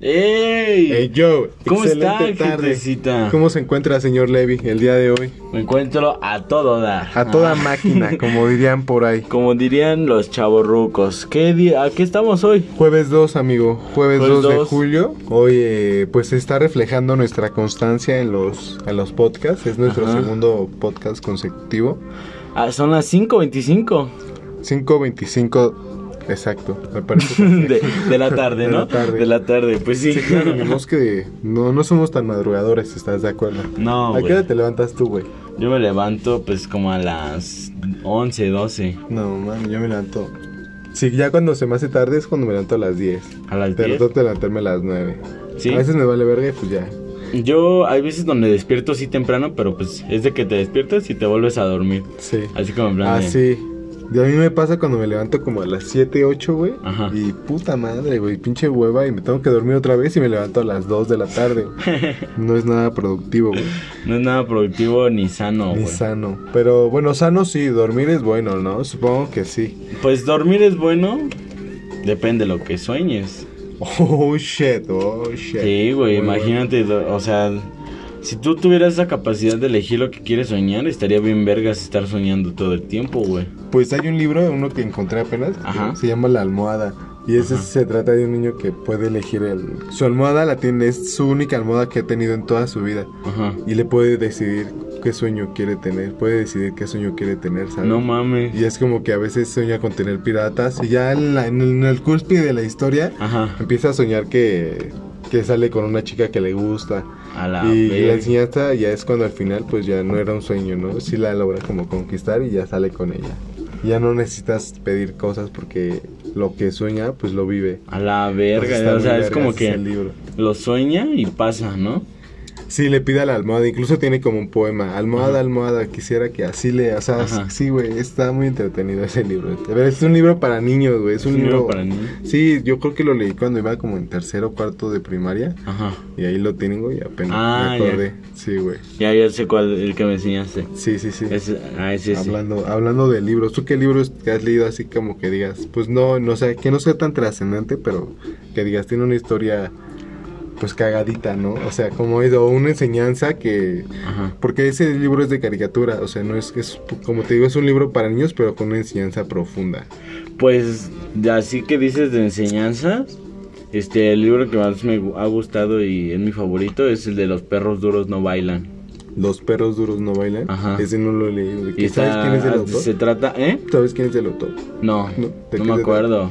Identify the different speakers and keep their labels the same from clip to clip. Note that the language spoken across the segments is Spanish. Speaker 1: ¡Ey!
Speaker 2: Hey Joe,
Speaker 1: ¿Cómo
Speaker 2: Eh, excelente
Speaker 1: está,
Speaker 2: tarde.
Speaker 1: gentecita?
Speaker 2: ¿Cómo se encuentra, señor Levy, el día de hoy?
Speaker 1: Me encuentro a todo dar.
Speaker 2: A toda
Speaker 1: Ah,
Speaker 2: máquina, como dirían por ahí.
Speaker 1: Como dirían los chavos rucos. ¿Qué día? ¿A qué estamos hoy?
Speaker 2: Jueves 2, amigo, jueves,
Speaker 1: Jueves
Speaker 2: 2 de
Speaker 1: dos.
Speaker 2: julio. Hoy, eh, pues, se está reflejando nuestra constancia en los, en los podcasts. Es nuestro
Speaker 1: Ajá.
Speaker 2: segundo podcast consecutivo.
Speaker 1: Ah, son las 5.25
Speaker 2: 5.25, exacto, me parece.
Speaker 1: de, de la tarde,
Speaker 2: De
Speaker 1: ¿no?
Speaker 2: la tarde.
Speaker 1: tarde, pues sí.
Speaker 2: Sí, claro, amigos, que no, no somos tan madrugadores, ¿estás de acuerdo?
Speaker 1: No,
Speaker 2: ¿A qué
Speaker 1: güey.
Speaker 2: hora te levantas tú, güey?
Speaker 1: Yo me levanto pues como a las 11, 12.
Speaker 2: No, mami, yo me levanto. Sí, ya cuando se me hace tarde es cuando me levanto a las 10.
Speaker 1: A las
Speaker 2: Pero
Speaker 1: 10.
Speaker 2: trato de levantarme a las 9.
Speaker 1: Sí.
Speaker 2: A veces me vale verga y pues ya.
Speaker 1: Yo hay veces donde despierto sí temprano, pero pues es de que te despiertas y te vuelves a dormir.
Speaker 2: Sí.
Speaker 1: Así como en plan
Speaker 2: Ah,
Speaker 1: de-
Speaker 2: sí. Y a mí me pasa cuando me levanto como a las 7, 8, güey.
Speaker 1: Ajá.
Speaker 2: Y puta madre, güey, pinche hueva. Y me tengo que dormir otra vez y me levanto a las 2 de la tarde. güey. no es nada productivo, güey.
Speaker 1: No es nada productivo ni sano,
Speaker 2: Ni
Speaker 1: güey.
Speaker 2: sano. Pero bueno, sano sí, dormir es bueno, ¿no? Supongo que sí.
Speaker 1: Pues dormir es bueno, depende de lo que sueñes.
Speaker 2: Oh, shit, oh, shit.
Speaker 1: Sí, güey,
Speaker 2: Muy
Speaker 1: imagínate, do- o sea, si tú tuvieras esa capacidad de elegir lo que quieres soñar, estaría bien vergas estar soñando todo el tiempo, güey.
Speaker 2: Pues hay un libro, uno que encontré apenas, que
Speaker 1: Ajá.
Speaker 2: se llama La Almohada. Y ese se trata de un niño que puede elegir el... Su almohada la tiene, es su única almohada que ha tenido en toda su vida.
Speaker 1: Ajá.
Speaker 2: Y le puede decidir qué sueño quiere tener, puede decidir qué sueño quiere tener, ¿sabes?
Speaker 1: No mames.
Speaker 2: y es como que a veces sueña con tener piratas y ya en, la- en el, en el cúspide de la historia
Speaker 1: Ajá.
Speaker 2: empieza a soñar que, que sale con una chica que le gusta.
Speaker 1: A la
Speaker 2: y la
Speaker 1: verga.
Speaker 2: enseñanza ya es cuando al final pues ya no era un sueño, ¿no? Sí la logra como conquistar y ya sale con ella. Ya no necesitas pedir cosas porque lo que sueña pues lo vive.
Speaker 1: A la
Speaker 2: Entonces,
Speaker 1: verga,
Speaker 2: Pues está
Speaker 1: o sea,
Speaker 2: muy
Speaker 1: es como
Speaker 2: vergas ese
Speaker 1: que
Speaker 2: libro.
Speaker 1: lo sueña y pasa, ¿no?
Speaker 2: Sí, le pide a la almohada, incluso tiene como un poema, almohada, almohada, quisiera que así le, o sea,
Speaker 1: Ajá.
Speaker 2: sí, güey, está muy entretenido ese libro. A ver, es un libro para niños, güey, es un libro,
Speaker 1: para niños.
Speaker 2: Sí, yo creo que lo leí cuando iba como en tercero o cuarto de primaria
Speaker 1: Ajá.
Speaker 2: y ahí lo tengo y apenas
Speaker 1: Ah, ya.
Speaker 2: me acordé. Sí, güey.
Speaker 1: Ya, ya sé cuál, el que me enseñaste.
Speaker 2: Sí, sí, sí.
Speaker 1: Es, ah, ese, ese.
Speaker 2: Hablando, hablando de libros, ¿tú qué libros te has leído así como que digas? Pues no, no sé, que no sea tan trascendente, pero que digas, tiene una historia pues cagadita, ¿no? O sea, como es, o una enseñanza que...
Speaker 1: Ajá.
Speaker 2: Porque ese libro es de caricatura, o sea, no es que es, como te digo, es un libro para niños, pero con una enseñanza profunda.
Speaker 1: Pues, de- así que dices de enseñanzas, este, el libro que más me gu- ha gustado y es mi favorito es el de Los perros duros no bailan.
Speaker 2: Los perros duros no bailan.
Speaker 1: Ajá.
Speaker 2: Ese no lo leí. ¿De
Speaker 1: Y
Speaker 2: qué- ¿Sabes
Speaker 1: está-
Speaker 2: quién es el autor?
Speaker 1: Se trata, ¿eh?
Speaker 2: ¿Sabes quién es el autor?
Speaker 1: No,
Speaker 2: No,
Speaker 1: no,
Speaker 2: ¿de qué
Speaker 1: me
Speaker 2: se
Speaker 1: acuerdo.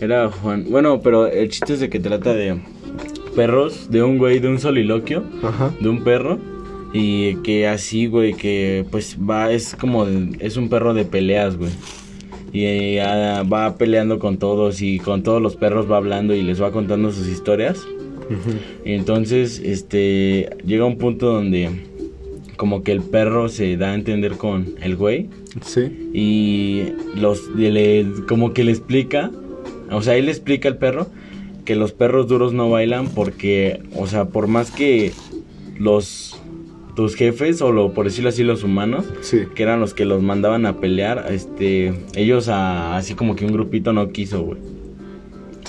Speaker 1: Era Juan. Bueno, pero el chiste es de que trata de perros, de un güey, de un soliloquio,
Speaker 2: Ajá.
Speaker 1: de un perro. Y que así, güey, que pues va, es como, de- es un perro de peleas, güey. Y eh, ah, va peleando con todos y con todos los perros va hablando y les va contando sus historias.
Speaker 2: Ujú.
Speaker 1: Y entonces, este, llega un punto donde como que el perro se da a entender con el güey
Speaker 2: Sí.
Speaker 1: y los y le- como que le explica, o sea, él le explica al perro que los perros duros no bailan porque, o sea, por más que los tus jefes o lo por decirlo así los humanos
Speaker 2: Sí.
Speaker 1: que eran los que los mandaban a pelear, este, ellos a- así como que un grupito no quiso, güey.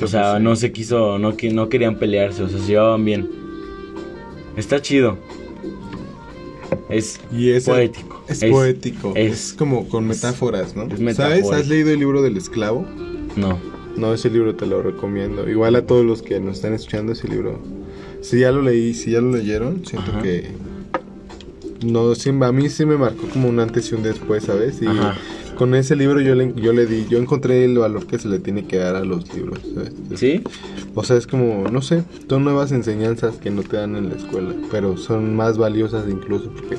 Speaker 1: O sea, no se quiso, no, qui- no querían pelearse, o sea, se llevaban bien. Está chido. Es
Speaker 2: Y es el-
Speaker 1: poético.
Speaker 2: Es, poético. Es,
Speaker 1: es-
Speaker 2: como con
Speaker 1: es-
Speaker 2: metáforas, ¿no?
Speaker 1: es
Speaker 2: ¿Sabes?
Speaker 1: metafórico.
Speaker 2: ¿Has leído el libro del esclavo?
Speaker 1: No.
Speaker 2: No, ese libro te lo recomiendo. Igual a todos los que nos están escuchando ese libro. Si ya lo leí, si ya lo leyeron, siento
Speaker 1: Ajá.
Speaker 2: que... No, sí, a mí sí me marcó como un antes y un después, ¿sabes? Y
Speaker 1: Ajá.
Speaker 2: con ese libro yo le, yo le di, yo encontré el valor que se le tiene que dar a los libros, ¿sabes?
Speaker 1: ¿Sí?
Speaker 2: O sea, es como, no sé, son nuevas enseñanzas que no te dan en la escuela, pero son más valiosas incluso porque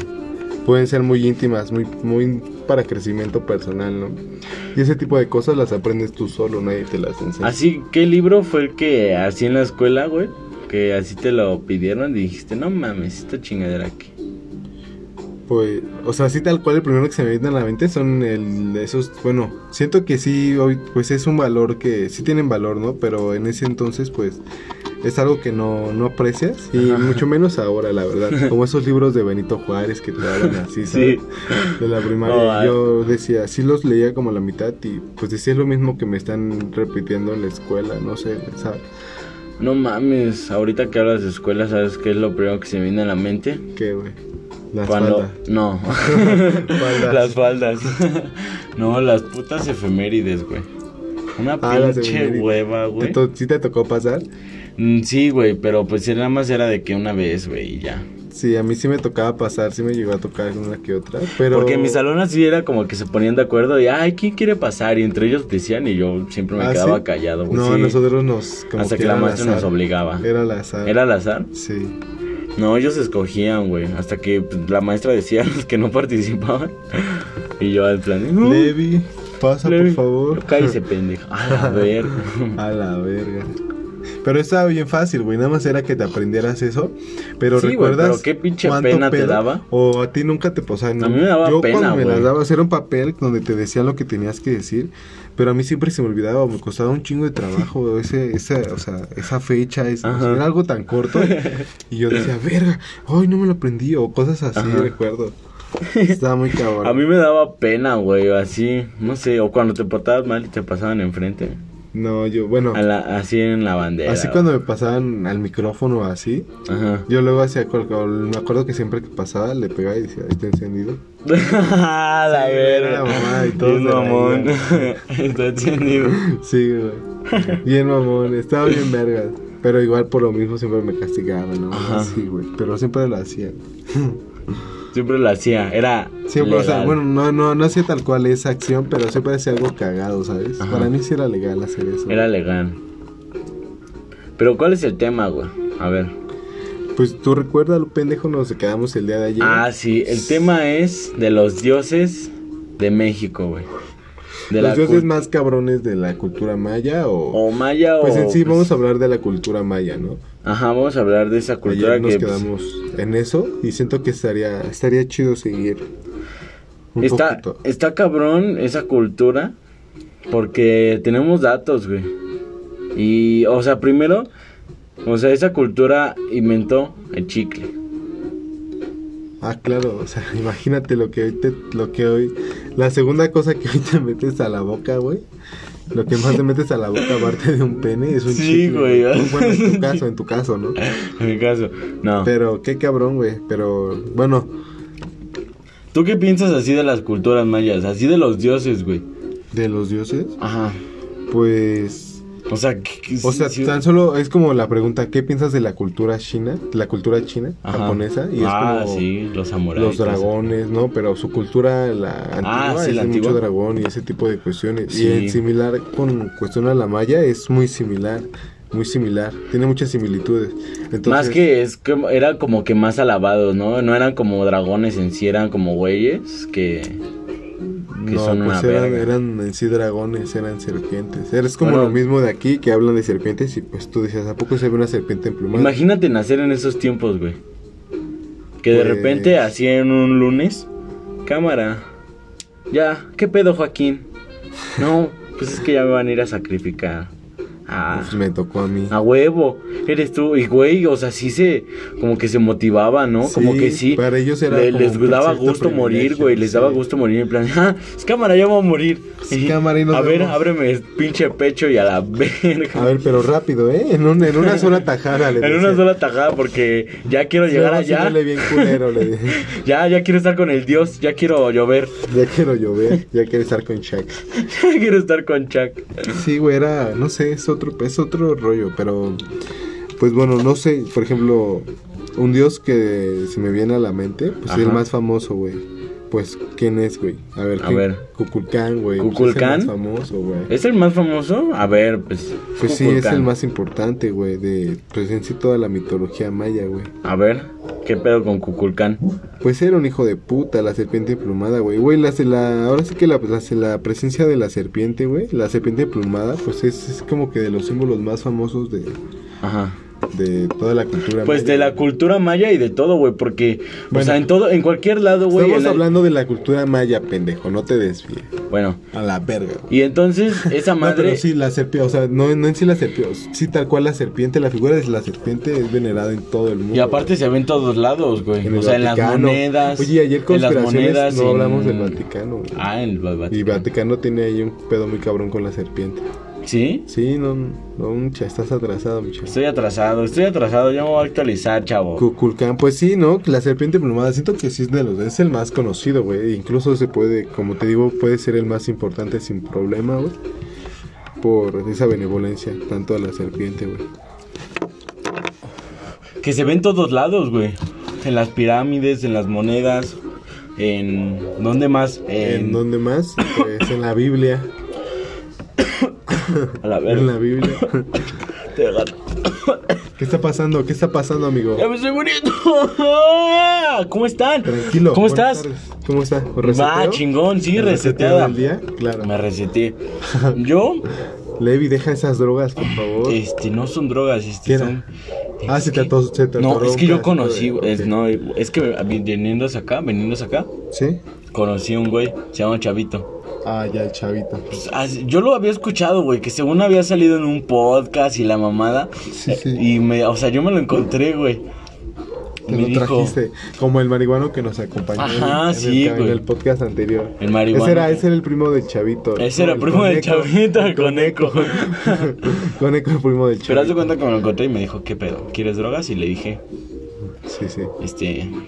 Speaker 2: pueden ser muy íntimas, muy, muy para crecimiento personal, ¿no? Y ese tipo de cosas las aprendes tú solo, nadie te las enseña.
Speaker 1: Así, ¿qué libro fue el que así en la escuela, güey? Que así te lo pidieron y dijiste, no mames, esta chingadera aquí.
Speaker 2: Pues, o sea, así tal cual el primero que se me viene a la mente son el, esos, bueno, siento que sí, hoy, pues es un valor que sí tienen valor, ¿no? Pero en ese entonces, pues, es algo que no, no aprecias y
Speaker 1: Ajá.
Speaker 2: mucho menos ahora, la verdad. Como esos libros de Benito Juárez que te hablan así,
Speaker 1: Sí.
Speaker 2: ¿sabes? De la
Speaker 1: No,
Speaker 2: primaria.
Speaker 1: ah.
Speaker 2: yo decía, sí los leía como la mitad y pues decía lo mismo que me están repitiendo en la escuela, no sé, ¿sabes?
Speaker 1: No mames, ahorita que hablas de escuela, ¿sabes qué es lo primero que se me viene a la mente?
Speaker 2: ¿Qué, güey? Las
Speaker 1: Cuando.
Speaker 2: faldas.
Speaker 1: No.
Speaker 2: Faldas.
Speaker 1: las faldas. no, las putas efemérides, güey. Una
Speaker 2: Ah, las
Speaker 1: pinche
Speaker 2: efemérides.
Speaker 1: hueva,
Speaker 2: ¿Te
Speaker 1: güey.
Speaker 2: to- ¿Sí te tocó pasar?
Speaker 1: Mm, Sí, güey, pero pues nada más era de que una vez, güey, y ya.
Speaker 2: Sí, a mí sí me tocaba pasar, sí me llegó a tocar una que otra, pero...
Speaker 1: Porque en mis salones sí era como que se ponían de acuerdo y, ay, ¿quién quiere pasar? Y entre ellos decían y yo siempre me
Speaker 2: ¿Ah,
Speaker 1: quedaba
Speaker 2: sí?
Speaker 1: callado, güey.
Speaker 2: No,
Speaker 1: sí.
Speaker 2: nosotros nos... como
Speaker 1: Hasta que la
Speaker 2: era al
Speaker 1: maestra nos
Speaker 2: azar.
Speaker 1: obligaba.
Speaker 2: Era al azar.
Speaker 1: ¿Era al azar?
Speaker 2: Sí.
Speaker 1: No, ellos escogían, güey. Hasta que pues, la maestra decía a los que no participaban. Y yo al plan. "No,
Speaker 2: Levi, pasa
Speaker 1: Levi".
Speaker 2: por favor.
Speaker 1: Yo, Cállese, pendejo. A la verga.
Speaker 2: A la verga. Pero estaba bien fácil, güey. Nada más era que te aprendieras eso. Pero
Speaker 1: Sí, güey,
Speaker 2: recuerdas.
Speaker 1: pero qué pinche
Speaker 2: cuánto
Speaker 1: pena te daba?
Speaker 2: O a ti nunca te pasaba.
Speaker 1: A mí me daba
Speaker 2: Yo
Speaker 1: pena,
Speaker 2: cuando me
Speaker 1: güey.
Speaker 2: las dabas era un papel donde te decían lo que tenías que decir. Pero a mí siempre se me olvidaba. o Me costaba un chingo de trabajo. güey, Ese, esa, o sea, esa fecha. es- o sea,
Speaker 1: Ajá.
Speaker 2: era algo tan corto. y yo decía, verga, hoy no me lo aprendí. O cosas así,
Speaker 1: Ajá.
Speaker 2: recuerdo. Estaba muy cabrón.
Speaker 1: A mí me daba pena, güey. Así, no sé. O cuando te portabas mal y te pasaban enfrente.
Speaker 2: No, yo, bueno.
Speaker 1: A la- así en la bandera.
Speaker 2: Así cuando me pasaban al micrófono así,
Speaker 1: güey. Ajá.
Speaker 2: Yo luego hacía col- col- me acuerdo que siempre que pasaba le pegaba y decía, ahí está encendido.
Speaker 1: a la
Speaker 2: Sí,
Speaker 1: verga.
Speaker 2: era mamá y
Speaker 1: Bien
Speaker 2: todos se
Speaker 1: mamón.
Speaker 2: reían.
Speaker 1: Está encendido.
Speaker 2: Sí, güey. Bien mamón, estaba bien verga. Pero igual por lo mismo siempre me castigaban, ¿no?
Speaker 1: Ajá.
Speaker 2: Sí, güey. Pero siempre lo hacía.
Speaker 1: Siempre lo hacía. Era.
Speaker 2: Siempre, o sea,
Speaker 1: legal.
Speaker 2: bueno, no, no, no hacía tal cual esa acción, pero siempre hacía algo cagado, ¿sabes?
Speaker 1: Ajá.
Speaker 2: Para mí sí era legal hacer eso.
Speaker 1: Era legal. Pero ¿cuál es el tema, güey? A ver.
Speaker 2: Pues tú recuerdas lo pendejo nos quedamos el día de ayer.
Speaker 1: Ah, sí. El tema es de los dioses de México, güey. De la Oh,
Speaker 2: Los dioses
Speaker 1: cul-
Speaker 2: más cabrones de la cultura maya o...
Speaker 1: O maya
Speaker 2: pues
Speaker 1: o... pues,
Speaker 2: en sí vamos a hablar de la cultura maya, ¿no?
Speaker 1: Ajá, vamos a hablar de esa cultura
Speaker 2: Ayer nos
Speaker 1: que... pues,
Speaker 2: quedamos en eso y siento que estaría estaría chido seguir un
Speaker 1: está,
Speaker 2: poquito.
Speaker 1: está cabrón esa cultura porque tenemos datos, güey. Y, o sea, primero, o sea, esa cultura inventó el chicle.
Speaker 2: Ah, claro, o sea, imagínate lo que hoy te, lo que hoy la segunda cosa que hoy te metes a la boca, güey. Lo que más te metes a la boca aparte de un pene es un
Speaker 1: Sí,
Speaker 2: chicle,
Speaker 1: güey.
Speaker 2: Bueno, en tu caso, en tu caso, ¿no?
Speaker 1: En mi caso, no.
Speaker 2: Pero qué cabrón, güey, pero bueno,
Speaker 1: ¿Tú qué piensas así de las culturas mayas? Así de los dioses, güey.
Speaker 2: de los dioses,
Speaker 1: Ajá.
Speaker 2: pues
Speaker 1: O sea, que- que
Speaker 2: O
Speaker 1: sí,
Speaker 2: sea,
Speaker 1: sí.
Speaker 2: tan solo es como la pregunta, ¿qué piensas de la cultura china? La cultura china,
Speaker 1: Ajá.
Speaker 2: japonesa, y es
Speaker 1: ah,
Speaker 2: como
Speaker 1: sí, los samuráis.
Speaker 2: los dragones, ¿no? Pero su cultura, la antigua,
Speaker 1: Ah, sí,
Speaker 2: es
Speaker 1: la
Speaker 2: de
Speaker 1: antigua.
Speaker 2: mucho dragón y ese tipo de cuestiones.
Speaker 1: Sí.
Speaker 2: Y el similar con cuestión a la maya es muy similar, muy similar. Tiene muchas similitudes. Entonces,
Speaker 1: más que es que era como que más alabados, ¿no? No eran como dragones en sí, eran como güeyes que que
Speaker 2: no,
Speaker 1: son una
Speaker 2: pues eran,
Speaker 1: verga.
Speaker 2: eran en sí dragones, eran serpientes. Es como
Speaker 1: Bueno.
Speaker 2: lo mismo de aquí que hablan de serpientes y pues tú dices, ¿a poco se ve una serpiente emplumada?
Speaker 1: Imagínate nacer en esos tiempos, güey. Que de
Speaker 2: Pues-
Speaker 1: repente así en un lunes, cámara. Ya, ¿qué pedo, Joaquín? No, pues es que ya me van a ir a sacrificar. Ah.
Speaker 2: Pues me tocó a mí.
Speaker 1: A huevo, eres tú. Y güey, o sea, sí se. Como que se motivaba, ¿no? como
Speaker 2: Sí,
Speaker 1: que sí.
Speaker 2: para ellos era
Speaker 1: le-
Speaker 2: como
Speaker 1: les
Speaker 2: un
Speaker 1: daba
Speaker 2: cierto
Speaker 1: gusto morir,
Speaker 2: privilegio,
Speaker 1: güey. Les
Speaker 2: sí.
Speaker 1: daba gusto morir. En plan, ah, es cámara, ya voy a morir.
Speaker 2: Es cámara, ahí nos
Speaker 1: A ver,
Speaker 2: vemos.
Speaker 1: ábreme el pinche pecho y a la
Speaker 2: A
Speaker 1: verga.
Speaker 2: ver, pero rápido, ¿eh? En, un- en una sola tajada. le
Speaker 1: En una
Speaker 2: decía.
Speaker 1: sola tajada, porque ya quiero llegar
Speaker 2: Luego sí
Speaker 1: allá.
Speaker 2: huele bien culero, le dije.
Speaker 1: Ya, ya quiero estar con el dios. Ya quiero llover.
Speaker 2: Ya quiero llover, ya quiero estar con Shaq.
Speaker 1: Ya quiero estar con Chuck.
Speaker 2: Sí, güey, era, no sé, es otro, es otro rollo, pero pues bueno, no sé, por ejemplo, un dios que se me viene a la mente, pues
Speaker 1: Ajá.
Speaker 2: el más famoso, güey. Pues, ¿quién es, güey? A ver,
Speaker 1: A
Speaker 2: ¿quién?
Speaker 1: ver.
Speaker 2: Kukulcán, güey. pues,
Speaker 1: ¿Kukulcán?
Speaker 2: es el más famoso, güey.
Speaker 1: ¿Es el más famoso? A ver, pues.
Speaker 2: Pues sí, es
Speaker 1: Kukulcán.
Speaker 2: el más importante, güey, de pues en sí toda la mitología maya, güey.
Speaker 1: A ver, ¿qué pedo con Cuculcán?
Speaker 2: Pues era un hijo de puta, la serpiente emplumada, güey. Güey, la, la, ahora sí que la, la, la presencia de la serpiente, güey, la serpiente emplumada, pues es, es como que de los símbolos más famosos de,
Speaker 1: Ajá.
Speaker 2: de toda la cultura.
Speaker 1: Pues
Speaker 2: maya,
Speaker 1: de la
Speaker 2: güey.
Speaker 1: cultura maya y de todo, güey, porque, o
Speaker 2: Bueno.
Speaker 1: sea, en todo, en cualquier lado, güey.
Speaker 2: Estamos
Speaker 1: en la-
Speaker 2: hablando de la cultura maya, pendejo, no te desvíes.
Speaker 1: Bueno,
Speaker 2: A la verga, güey.
Speaker 1: y entonces esa
Speaker 2: No,
Speaker 1: madre,
Speaker 2: pero sí, la serpiente, o sea, no, no en sí la serpiente, sí tal cual la serpiente, la figura de la serpiente es venerada en todo el mundo.
Speaker 1: y aparte se ve en todos lados, güey.
Speaker 2: güey. En el
Speaker 1: O sea, en las
Speaker 2: Vaticano.
Speaker 1: monedas.
Speaker 2: Oye, ayer
Speaker 1: en las
Speaker 2: conspiraciones
Speaker 1: monedas.
Speaker 2: no
Speaker 1: en-
Speaker 2: hablamos del Vaticano, güey.
Speaker 1: Ah, en el
Speaker 2: Y
Speaker 1: Vaticano.
Speaker 2: Vaticano tiene ahí un pedo muy cabrón con la serpiente.
Speaker 1: ¿Sí?
Speaker 2: Sí, no, no, mucha, estás atrasado, mi chavo.
Speaker 1: Estoy atrasado, estoy atrasado, ya me voy a actualizar, chavo.
Speaker 2: Kukulcán, pues sí, ¿no? La serpiente plumada, siento que sí es de los, es el más conocido, güey. E Incluso se puede, como te digo, puede ser el más importante sin problema, güey. Por esa benevolencia, tanto a la serpiente, güey.
Speaker 1: Que se ve en todos lados, güey. En las pirámides, en las monedas, en... ¿Dónde más?
Speaker 2: ¿En dónde más? Pues en la Biblia.
Speaker 1: A la
Speaker 2: En
Speaker 1: verga.
Speaker 2: la Biblia.
Speaker 1: Te agarro.
Speaker 2: ¿Qué está pasando? ¿Qué está pasando, amigo?
Speaker 1: ¡Ya me estoy muriendo! ¿Cómo están?
Speaker 2: Tranquilo.
Speaker 1: ¿Cómo
Speaker 2: buenas
Speaker 1: estás?
Speaker 2: tardes. ¿Cómo está?
Speaker 1: Va,
Speaker 2: ¿Reseteo?
Speaker 1: chingón, sí,
Speaker 2: ¿El reseteo
Speaker 1: reseteada.
Speaker 2: del día? Claro.
Speaker 1: Me reseteé. Yo,
Speaker 2: Levi, deja esas drogas, por favor.
Speaker 1: este, no son drogas,
Speaker 2: ¿Qué
Speaker 1: este,
Speaker 2: era?
Speaker 1: son...
Speaker 2: Ah,
Speaker 1: es
Speaker 2: se te
Speaker 1: que-
Speaker 2: atos- se te
Speaker 1: No,
Speaker 2: atoró
Speaker 1: es
Speaker 2: un
Speaker 1: que yo
Speaker 2: pedacito
Speaker 1: conocí,
Speaker 2: de-
Speaker 1: es,
Speaker 2: ok.
Speaker 1: no, es que viniendo hacia acá, viniendo hacia acá,
Speaker 2: ¿Sí?
Speaker 1: conocí a un güey, se llama Chavito.
Speaker 2: Ah, ya, el chavito.
Speaker 1: Pues, as- yo lo había escuchado, güey, que según había salido en un podcast y la mamada.
Speaker 2: Sí,
Speaker 1: eh,
Speaker 2: sí.
Speaker 1: Y me, o sea, yo me lo encontré, güey.
Speaker 2: Te lo trajiste. Como el marihuano que nos acompañó en-
Speaker 1: Ajá,
Speaker 2: en,
Speaker 1: sí,
Speaker 2: el, ca-
Speaker 1: güey.
Speaker 2: en el podcast anterior.
Speaker 1: El marihuano.
Speaker 2: Ese era, ese era el primo del chavito.
Speaker 1: Ese
Speaker 2: ¿no?
Speaker 1: era
Speaker 2: El
Speaker 1: primo del
Speaker 2: Pues conejo.
Speaker 1: Chavito, el
Speaker 2: coneco, el primo del
Speaker 1: Pero haz de
Speaker 2: chavito.
Speaker 1: cuenta que me lo encontré y me dijo, ¿qué pedo? ¿Quieres drogas? Y le dije,
Speaker 2: Sí, sí.
Speaker 1: este,
Speaker 2: Ah,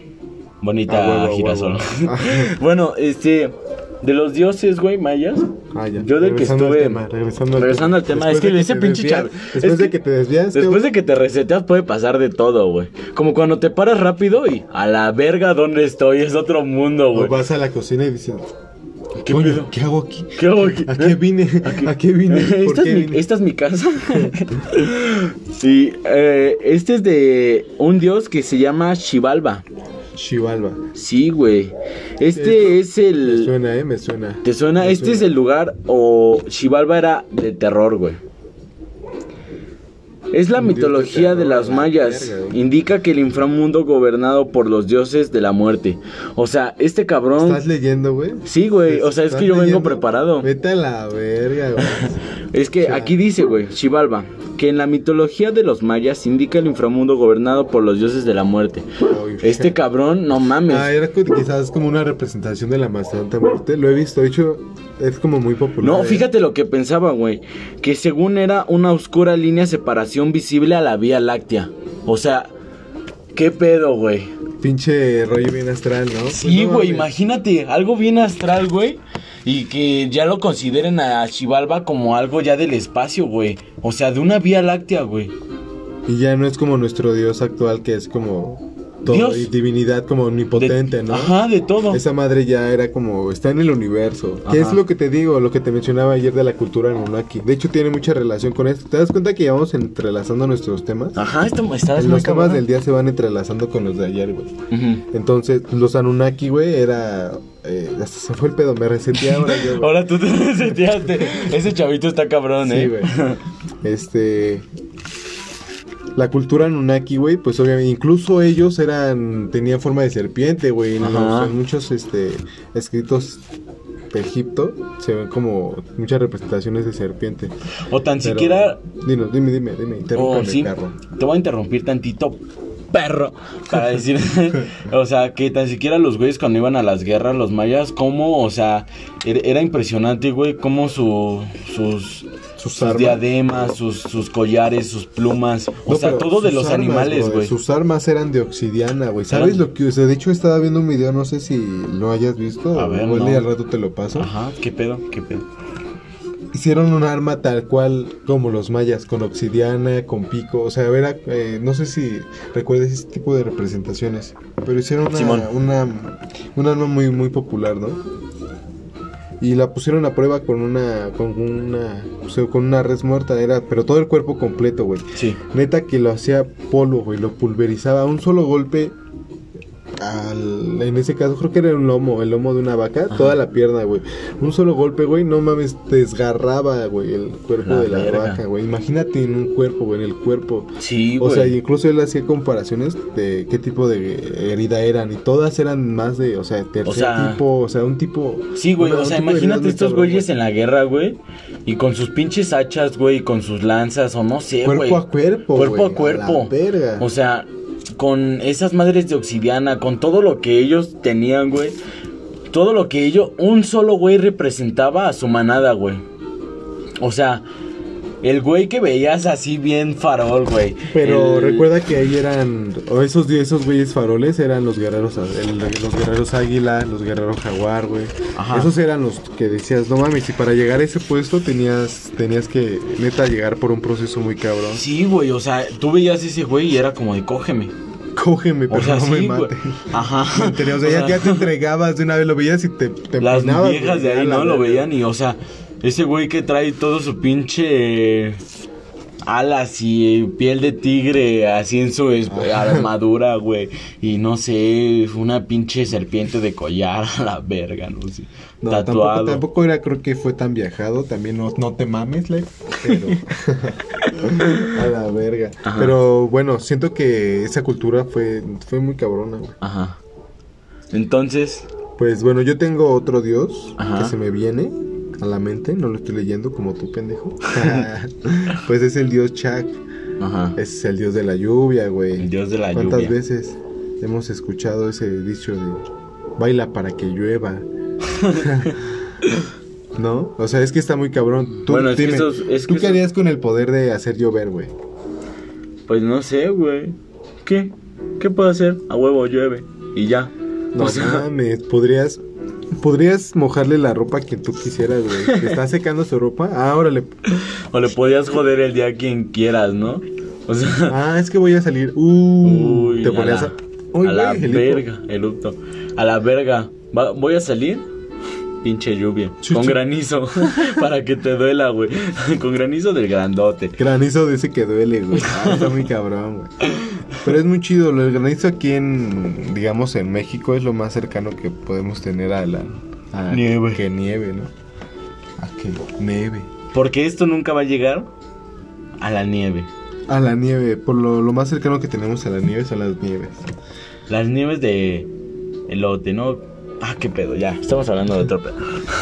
Speaker 1: bonita
Speaker 2: huevo, huevo.
Speaker 1: girasol.
Speaker 2: Ah.
Speaker 1: bueno, este, de los dioses, güey, mayas.
Speaker 2: Ah, ya.
Speaker 1: Yo del que
Speaker 2: Regresando al
Speaker 1: estuve-
Speaker 2: tema, regresando al
Speaker 1: regresando al
Speaker 2: tema,
Speaker 1: tema, es que
Speaker 2: Después de
Speaker 1: ese
Speaker 2: te
Speaker 1: pinche
Speaker 2: desvías-
Speaker 1: Chavi-
Speaker 2: Después
Speaker 1: es
Speaker 2: de
Speaker 1: que-
Speaker 2: que, te desvías, te-
Speaker 1: Después de que te reseteas puede pasar de todo, güey. Como cuando te paras rápido y a la verga dónde estoy, es otro mundo,
Speaker 2: o
Speaker 1: güey.
Speaker 2: vas a la cocina y dices,
Speaker 1: ¿Qué
Speaker 2: "Coño,
Speaker 1: pedo?
Speaker 2: ¿qué hago aquí?
Speaker 1: ¿Qué hago aquí?
Speaker 2: ¿A qué vine? ¿A qué vine? ¿Por
Speaker 1: Esta,
Speaker 2: qué
Speaker 1: es mi,
Speaker 2: vine?
Speaker 1: esta es mi casa. sí, eh, este es de un dios que se llama Shivalba.
Speaker 2: Xibalba.
Speaker 1: Sí, güey. Este
Speaker 2: Esto-
Speaker 1: es el...
Speaker 2: Me suena, eh, me suena.
Speaker 1: ¿Te suena?
Speaker 2: Me
Speaker 1: este es el lugar o Xibalba era de terror, güey. Es la
Speaker 2: Un dios de
Speaker 1: mitología de,
Speaker 2: terror,
Speaker 1: las
Speaker 2: la
Speaker 1: mayas.
Speaker 2: verga, güey.
Speaker 1: Indica que el inframundo gobernado por los dioses de la muerte. O sea, este cabrón.
Speaker 2: ¿Estás leyendo, güey?
Speaker 1: Sí, güey, o sea, es
Speaker 2: ¿Estás
Speaker 1: que yo vengo
Speaker 2: leyendo?
Speaker 1: preparado.
Speaker 2: Vete a la verga, güey.
Speaker 1: Es que aquí dice, güey, Xibalba, que en la mitología de los mayas indica el inframundo gobernado por los dioses de la muerte.
Speaker 2: Ay,
Speaker 1: Este cabrón, no mames.
Speaker 2: Ah, era co- quizás como una representación de la más santa muerte. Lo he visto, de hecho, es como muy popular.
Speaker 1: No,
Speaker 2: eh.
Speaker 1: fíjate lo que pensaba, güey. Que según era una oscura línea de separación visible a la Vía Láctea. O sea, ¿qué pedo, güey?
Speaker 2: Pinche rollo bien astral, ¿no?
Speaker 1: Sí,
Speaker 2: Pues no
Speaker 1: güey,
Speaker 2: mames.
Speaker 1: imagínate, algo bien astral, güey. Y que ya lo consideren a Xibalba como algo ya del espacio, güey. O sea, de una Vía Láctea, güey.
Speaker 2: Y ya no es como nuestro dios actual, que es como todo
Speaker 1: Dios.
Speaker 2: y divinidad como
Speaker 1: De-
Speaker 2: omnipotente, ¿no?
Speaker 1: Ajá, de todo.
Speaker 2: Esa madre ya era como, está en el universo. ¿Qué
Speaker 1: Ajá.
Speaker 2: es lo que te digo, lo que te mencionaba ayer de la cultura Anunnaki? De hecho, tiene mucha relación con esto. ¿Te das cuenta que llevamos entrelazando nuestros temas?
Speaker 1: Ajá, esto está
Speaker 2: Los temas
Speaker 1: Ah, cabrón.
Speaker 2: del día se van entrelazando con los de ayer, güey.
Speaker 1: Ujú.
Speaker 2: Entonces, los Anunnaki, güey, era... eh, hasta se fue el pedo, me resenté ahora yo, güey.
Speaker 1: Ahora tú te reseteaste. Ese chavito está cabrón, eh.
Speaker 2: Sí, güey. Este... La cultura Anunnaki, güey, pues obviamente, incluso ellos eran, tenían forma de serpiente, güey. En, los-
Speaker 1: Ajá.
Speaker 2: en muchos, este, escritos de Egipto se ven como muchas representaciones de serpiente.
Speaker 1: O tan
Speaker 2: Pero-
Speaker 1: siquiera
Speaker 2: Dinos, dime, dime, dime, interrúmpeme,
Speaker 1: Oh, sí.
Speaker 2: perro.
Speaker 1: Te voy a interrumpir tantito, perro, para decir, o sea, que tan siquiera los güeyes cuando iban a las guerras, los mayas, cómo, o sea, er- era impresionante, güey, cómo su, sus,
Speaker 2: Sus
Speaker 1: sus
Speaker 2: armas.
Speaker 1: diademas, sus, sus collares, sus plumas, o
Speaker 2: No,
Speaker 1: sea,
Speaker 2: pero
Speaker 1: todo de
Speaker 2: sus
Speaker 1: los
Speaker 2: armas,
Speaker 1: animales, güey.
Speaker 2: Sus armas eran de obsidiana, güey. ¿Sabes
Speaker 1: Eran-
Speaker 2: lo que.? O sea, de hecho, estaba viendo un video, no sé si lo hayas visto.
Speaker 1: A
Speaker 2: o
Speaker 1: ver,
Speaker 2: igual
Speaker 1: no.
Speaker 2: y al rato te lo paso.
Speaker 1: Ajá, qué pedo, qué pedo.
Speaker 2: Hicieron un arma tal cual como los mayas, con obsidiana, con pico. O sea, era, eh, no sé si recuerdas ese tipo de representaciones. Pero hicieron
Speaker 1: Simón.
Speaker 2: una, una, un arma muy, muy popular, ¿no? Y la pusieron a prueba con una. con una. o sea, con una res muerta. Era, pero todo el cuerpo completo, güey.
Speaker 1: Sí,
Speaker 2: Neta que lo hacía polvo, güey, lo pulverizaba. Un solo golpe, al- en ese caso creo que era un lomo, el lomo de una vaca, toda la pierna, güey. Un solo golpe, güey, no mames, desgarraba, güey, el cuerpo
Speaker 1: La
Speaker 2: de la
Speaker 1: verga.
Speaker 2: vaca, güey. Imagínate en un cuerpo, güey, en el cuerpo.
Speaker 1: sí,
Speaker 2: O
Speaker 1: güey.
Speaker 2: sea, incluso él hacía comparaciones de qué tipo de herida eran y todas eran más de, o sea, tercer
Speaker 1: sea-
Speaker 2: tipo, o sea, un tipo...
Speaker 1: Sí, güey,
Speaker 2: una-
Speaker 1: o
Speaker 2: un
Speaker 1: sea,
Speaker 2: tipo de heridas
Speaker 1: imagínate
Speaker 2: muy
Speaker 1: estos
Speaker 2: cabrón,
Speaker 1: güeyes en la guerra, güey, y con sus pinches hachas, güey, y con sus lanzas, o no sé, güey.
Speaker 2: Cuerpo a cuerpo,
Speaker 1: Cuerpo
Speaker 2: güey,
Speaker 1: a
Speaker 2: a
Speaker 1: cuerpo.
Speaker 2: la verga.
Speaker 1: O sea, con esas madres de obsidiana, con todo lo que ellos tenían, güey. Todo lo que ellos, un solo güey representaba a su manada, güey. O sea, El güey que veías así bien farol, güey.
Speaker 2: Pero
Speaker 1: El-
Speaker 2: recuerda que ahí eran, o esos esos güeyes faroles eran los guerreros, el- los guerreros águila, los guerreros jaguar, güey.
Speaker 1: Ajá.
Speaker 2: Esos eran los que decías, no mames, y para llegar a ese puesto tenías, tenías que, neta, llegar por un proceso muy cabrón.
Speaker 1: Sí, güey, o sea, tú veías ese güey y era como de cógeme.
Speaker 2: Cógeme, pero
Speaker 1: O sea,
Speaker 2: no me
Speaker 1: sí, güey.
Speaker 2: mates.
Speaker 1: Ajá.
Speaker 2: Te- O sea, ya, ya te entregabas de una vez, lo veías y te, te
Speaker 1: Las
Speaker 2: empinabas,
Speaker 1: viejas
Speaker 2: güey,
Speaker 1: de
Speaker 2: a
Speaker 1: ahí
Speaker 2: la
Speaker 1: no lo
Speaker 2: verga.
Speaker 1: veían y, o sea, ese güey que trae todo su pinche eh, alas y eh, piel de tigre así en su es- armadura, güey. Y no sé, una pinche serpiente de collar a la verga, no sé.
Speaker 3: No,
Speaker 1: tatuado.
Speaker 3: tampoco, tampoco era, creo que fue tan viajado. También no, no te mames, Lev. Pero. a la verga.
Speaker 1: Ajá.
Speaker 2: Pero bueno, siento que esa cultura fue, fue muy cabrona, güey.
Speaker 1: Ajá. Entonces,
Speaker 2: Pues bueno, yo tengo otro dios
Speaker 1: Ajá.
Speaker 2: que se me viene a la mente, no lo estoy leyendo como tú, pendejo. pues es el dios Chak,
Speaker 1: ajá.
Speaker 2: es el dios de la lluvia,
Speaker 1: El
Speaker 2: güey.
Speaker 1: dios de la
Speaker 2: Este, ¿Cuántas
Speaker 1: lluvia.
Speaker 2: veces hemos escuchado ese dicho de baila para que llueva? ¿No? O sea, es que está muy cabrón. Tú,
Speaker 1: Bueno, es que
Speaker 2: dime,
Speaker 1: esos- es
Speaker 2: ¿tú
Speaker 1: que
Speaker 2: qué
Speaker 1: esos-
Speaker 2: harías con el poder de hacer llover, güey?
Speaker 1: Pues no sé, güey. ¿Qué? ¿Qué puedo hacer? A huevo llueve. Y ya.
Speaker 2: No
Speaker 1: O sea,
Speaker 2: mames, podrías podrías mojarle la ropa que tú quisieras, güey. ¿Te está secando su ropa? Ah, órale.
Speaker 1: O le podías joder el día a quien quieras, ¿no? O sea,
Speaker 2: Ah, es que voy a salir. Uh,
Speaker 1: uy,
Speaker 2: te
Speaker 1: a
Speaker 2: ponías
Speaker 1: la,
Speaker 2: a, Uy,
Speaker 1: a la
Speaker 2: güey, el hipo.
Speaker 1: verga, eructo. A la verga. Va- voy a salir. Pinche lluvia.
Speaker 2: Sí,
Speaker 1: Con
Speaker 2: sí.
Speaker 1: granizo. para que te duela, güey. Con granizo del grandote.
Speaker 2: Granizo dice que duele, güey. Ah, está muy cabrón, güey. Pero es muy chido. El granizo aquí en, digamos, en México es lo más cercano que podemos tener a la a
Speaker 1: Nieve.
Speaker 2: Que nieve, ¿no? A que nieve.
Speaker 1: Porque esto nunca va a llegar a la nieve.
Speaker 2: A la nieve. Por lo, lo más cercano que tenemos a la nieve son las nieves.
Speaker 1: Las nieves de elote, ¿no? Ah, qué pedo, ya. Estamos hablando de otro pedo.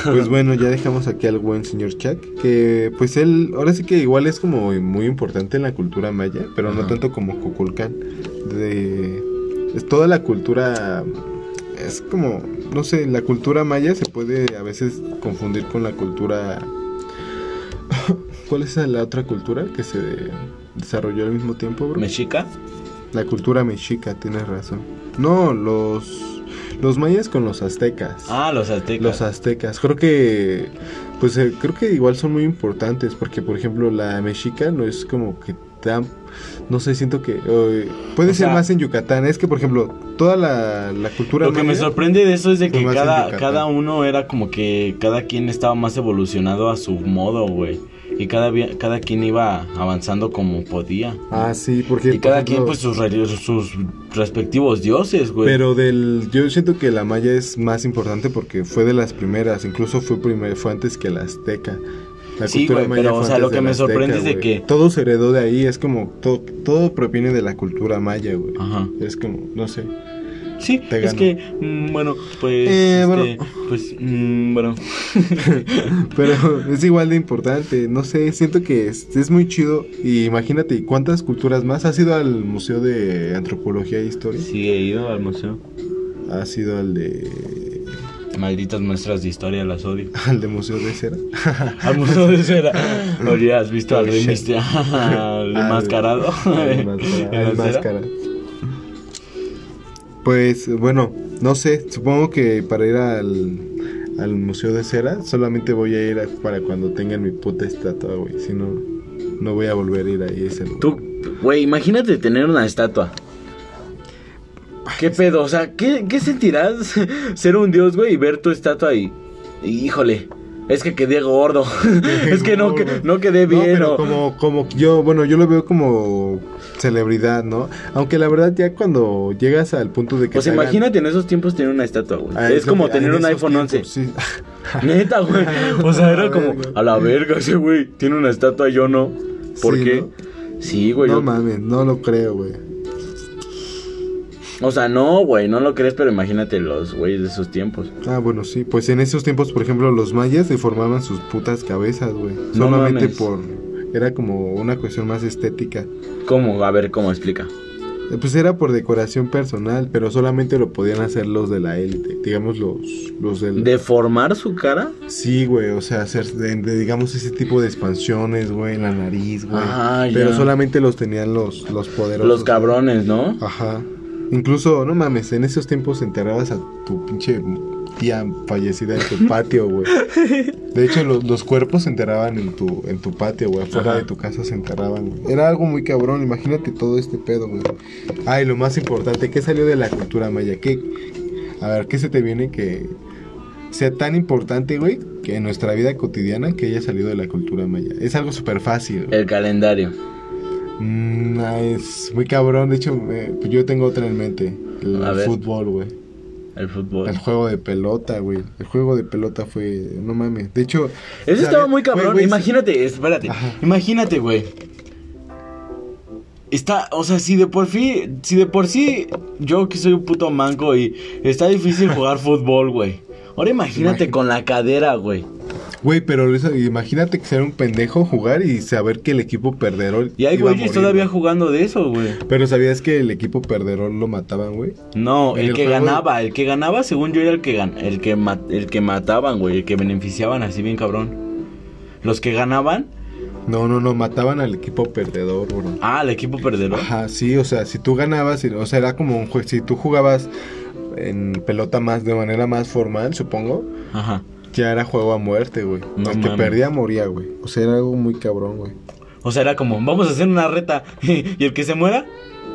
Speaker 2: Pues bueno, ya dejamos aquí al buen señor Chuck, que pues él, ahora sí que igual es como muy importante en la cultura maya, pero no
Speaker 1: Ajá.
Speaker 2: tanto como Kukulcán. De, es toda la cultura, es como, no sé, la cultura maya se puede a veces confundir con la cultura... ¿Cuál es la otra cultura que se desarrolló al mismo tiempo, bro?
Speaker 1: ¿Mexica?
Speaker 2: La cultura mexica, tienes razón. No, los, los mayas con los aztecas.
Speaker 1: Ah, los aztecas.
Speaker 2: Los aztecas, creo que pues eh, creo que igual son muy importantes porque por ejemplo la mexica no es como que tan no sé, siento que eh, puede
Speaker 1: O
Speaker 2: ser
Speaker 1: sea-
Speaker 2: más en Yucatán, es que por ejemplo toda la, la cultura
Speaker 1: Lo que me
Speaker 2: maya-
Speaker 1: sorprende de eso es de
Speaker 2: Fue
Speaker 1: que
Speaker 2: más en
Speaker 1: cada,
Speaker 2: Yucatán.
Speaker 1: cada uno era como que cada quien estaba más evolucionado a su modo, güey. Y cada, vi- cada quien iba avanzando como podía.
Speaker 2: Ah, sí, porque
Speaker 1: y
Speaker 2: por
Speaker 1: cada
Speaker 2: ejemplo,
Speaker 1: quien, pues, sus, re- sus respectivos dioses, güey.
Speaker 2: Pero del yo siento que la maya es más importante porque fue de las primeras, incluso fue primer, fue antes que la azteca. La
Speaker 1: Sí, güey, pero, o sea, lo que me sorprende es de
Speaker 2: güey.
Speaker 1: que-
Speaker 2: todo se heredó de ahí, es como todo, todo proviene de la cultura maya, güey.
Speaker 1: Ajá.
Speaker 2: Es como, no sé.
Speaker 1: Sí,
Speaker 2: Te
Speaker 1: es
Speaker 2: gano.
Speaker 1: que, mm, bueno, pues.
Speaker 2: Eh,
Speaker 1: este,
Speaker 2: bueno.
Speaker 1: Pues, mm, bueno.
Speaker 2: Pero es igual de importante, no sé, siento que es, es muy chido. Y imagínate, ¿y ¿cuántas culturas más? ¿Has ido al Museo de Antropología e Historia?
Speaker 1: Sí, he ido al museo.
Speaker 2: ¿Has ido al de...
Speaker 1: Malditas muestras de historia, las odio.
Speaker 2: al de Museo de Cera?
Speaker 1: Al museo de cera. Oye, ¿has visto al
Speaker 2: Oh,
Speaker 1: rey
Speaker 2: shit.
Speaker 1: Misterio? Al
Speaker 2: Al-
Speaker 1: enmascarado.
Speaker 2: al
Speaker 1: En
Speaker 2: máscara-
Speaker 1: la
Speaker 2: al
Speaker 1: cera.
Speaker 2: máscara. Pues bueno, no sé, supongo que para ir al, al Museo de Cera solamente voy a ir a- para cuando tengan mi puta estatua, güey. Si no, no voy a volver a ir ahí a ese lugar.
Speaker 1: Tú, güey, imagínate tener una estatua. ¿Qué pedo? O sea, ¿qué, qué sentirás ser un dios, güey, y ver tu estatua ahí? Y, híjole, es que quedé gordo. es que no, que- no quedé
Speaker 2: No,
Speaker 1: bien.
Speaker 2: pero
Speaker 1: o-
Speaker 2: como, como yo, bueno, yo lo veo como celebridad, ¿no? Aunque la verdad ya cuando llegas al punto de que...
Speaker 1: Pues
Speaker 2: te hagan-
Speaker 1: imagínate en esos tiempos tener una estatua, güey.
Speaker 2: Ah,
Speaker 1: es
Speaker 2: lo
Speaker 1: como
Speaker 2: que-
Speaker 1: tener
Speaker 2: en
Speaker 1: un
Speaker 2: esos
Speaker 1: iPhone 11.
Speaker 2: tiempos, sí.
Speaker 1: Neta, güey. O sea,
Speaker 2: A
Speaker 1: era
Speaker 2: la
Speaker 1: como,
Speaker 2: verga.
Speaker 1: a la verga, ese güey tiene una estatua, yo no. ¿Por
Speaker 2: Sí,
Speaker 1: qué?
Speaker 2: ¿no?
Speaker 1: Sí, güey.
Speaker 2: no
Speaker 1: yo-
Speaker 2: mames, no lo creo, güey.
Speaker 1: o sea, no, güey, no lo crees, pero imagínate los güeyes de esos tiempos.
Speaker 2: Ah, bueno, sí. Pues en esos tiempos, por ejemplo, los mayas deformaban sus putas cabezas, güey.
Speaker 1: No
Speaker 2: Solamente
Speaker 1: mames.
Speaker 2: por... Era como una cuestión más estética.
Speaker 1: ¿Cómo? A ver, ¿cómo explica?
Speaker 2: Eh, Pues era por decoración personal, pero solamente lo podían hacer los de la élite. Digamos los, los del...
Speaker 1: ¿Deformar su cara?
Speaker 2: Sí, güey, o sea, hacer, de- de- digamos, ese tipo de expansiones, güey, en la nariz, güey.
Speaker 1: Ah,
Speaker 2: Pero
Speaker 1: ya.
Speaker 2: solamente los tenían los, los poderosos.
Speaker 1: Los cabrones, ¿no?
Speaker 2: Ajá. Incluso, no mames, en esos tiempos enterrabas a tu pinche tía fallecida en tu patio, güey. De hecho, los, los cuerpos se enterraban en tu, en tu patio, güey. Afuera
Speaker 1: Ajá.
Speaker 2: de tu casa se enterraban, güey. Era algo muy cabrón, imagínate todo este pedo, güey. Ah, y lo más importante, ¿qué salió de la cultura maya? ¿Qué, a ver, ¿qué se te viene que sea tan importante, güey, que en nuestra vida cotidiana que haya salido de la cultura maya? Es algo súper fácil,
Speaker 1: El calendario.
Speaker 2: Mm, ah, es muy cabrón. De hecho, eh, pues yo tengo otra en mente. El
Speaker 1: A ver.
Speaker 2: fútbol, güey.
Speaker 1: El fútbol.
Speaker 2: El juego de pelota, güey. El juego de pelota fue... No mames. De hecho...
Speaker 1: Eso
Speaker 2: ¿sabes?
Speaker 1: estaba muy cabrón.
Speaker 2: Güey, güey,
Speaker 1: imagínate, espérate.
Speaker 2: Ajá.
Speaker 1: Imagínate, güey. Está, o sea, si de por sí, si de por sí yo que soy un puto manco y está difícil jugar fútbol, güey. Ahora imagínate
Speaker 2: Imagínate.
Speaker 1: con la cadera, güey.
Speaker 2: Güey, pero eso- imagínate que ser un pendejo jugar y saber que el equipo perderol...
Speaker 1: Y hay
Speaker 2: iba a
Speaker 1: güeyes
Speaker 2: morir,
Speaker 1: todavía
Speaker 2: güey.
Speaker 1: jugando de eso, güey.
Speaker 2: Pero ¿sabías que el equipo perderol lo mataban, güey?
Speaker 1: No,
Speaker 2: En
Speaker 1: el,
Speaker 2: el
Speaker 1: que
Speaker 2: juego-
Speaker 1: ganaba, el que ganaba, según yo era el que gan, el que ma- el que mataban, güey, el que beneficiaban así bien cabrón. Los que ganaban,
Speaker 2: No, no, no. Mataban al equipo perdedor, bro.
Speaker 1: ah, el equipo perdedor.
Speaker 2: Ajá, sí, o sea, si tú ganabas, o sea, era como un juego, si tú jugabas en pelota más de manera más formal, supongo,
Speaker 1: Ajá.
Speaker 2: Ya era juego a muerte, güey.
Speaker 1: No
Speaker 2: El que
Speaker 1: mames.
Speaker 2: perdía moría, güey. O sea, era algo muy cabrón, güey.
Speaker 1: O sea, era como, vamos a hacer una reta y el que se muera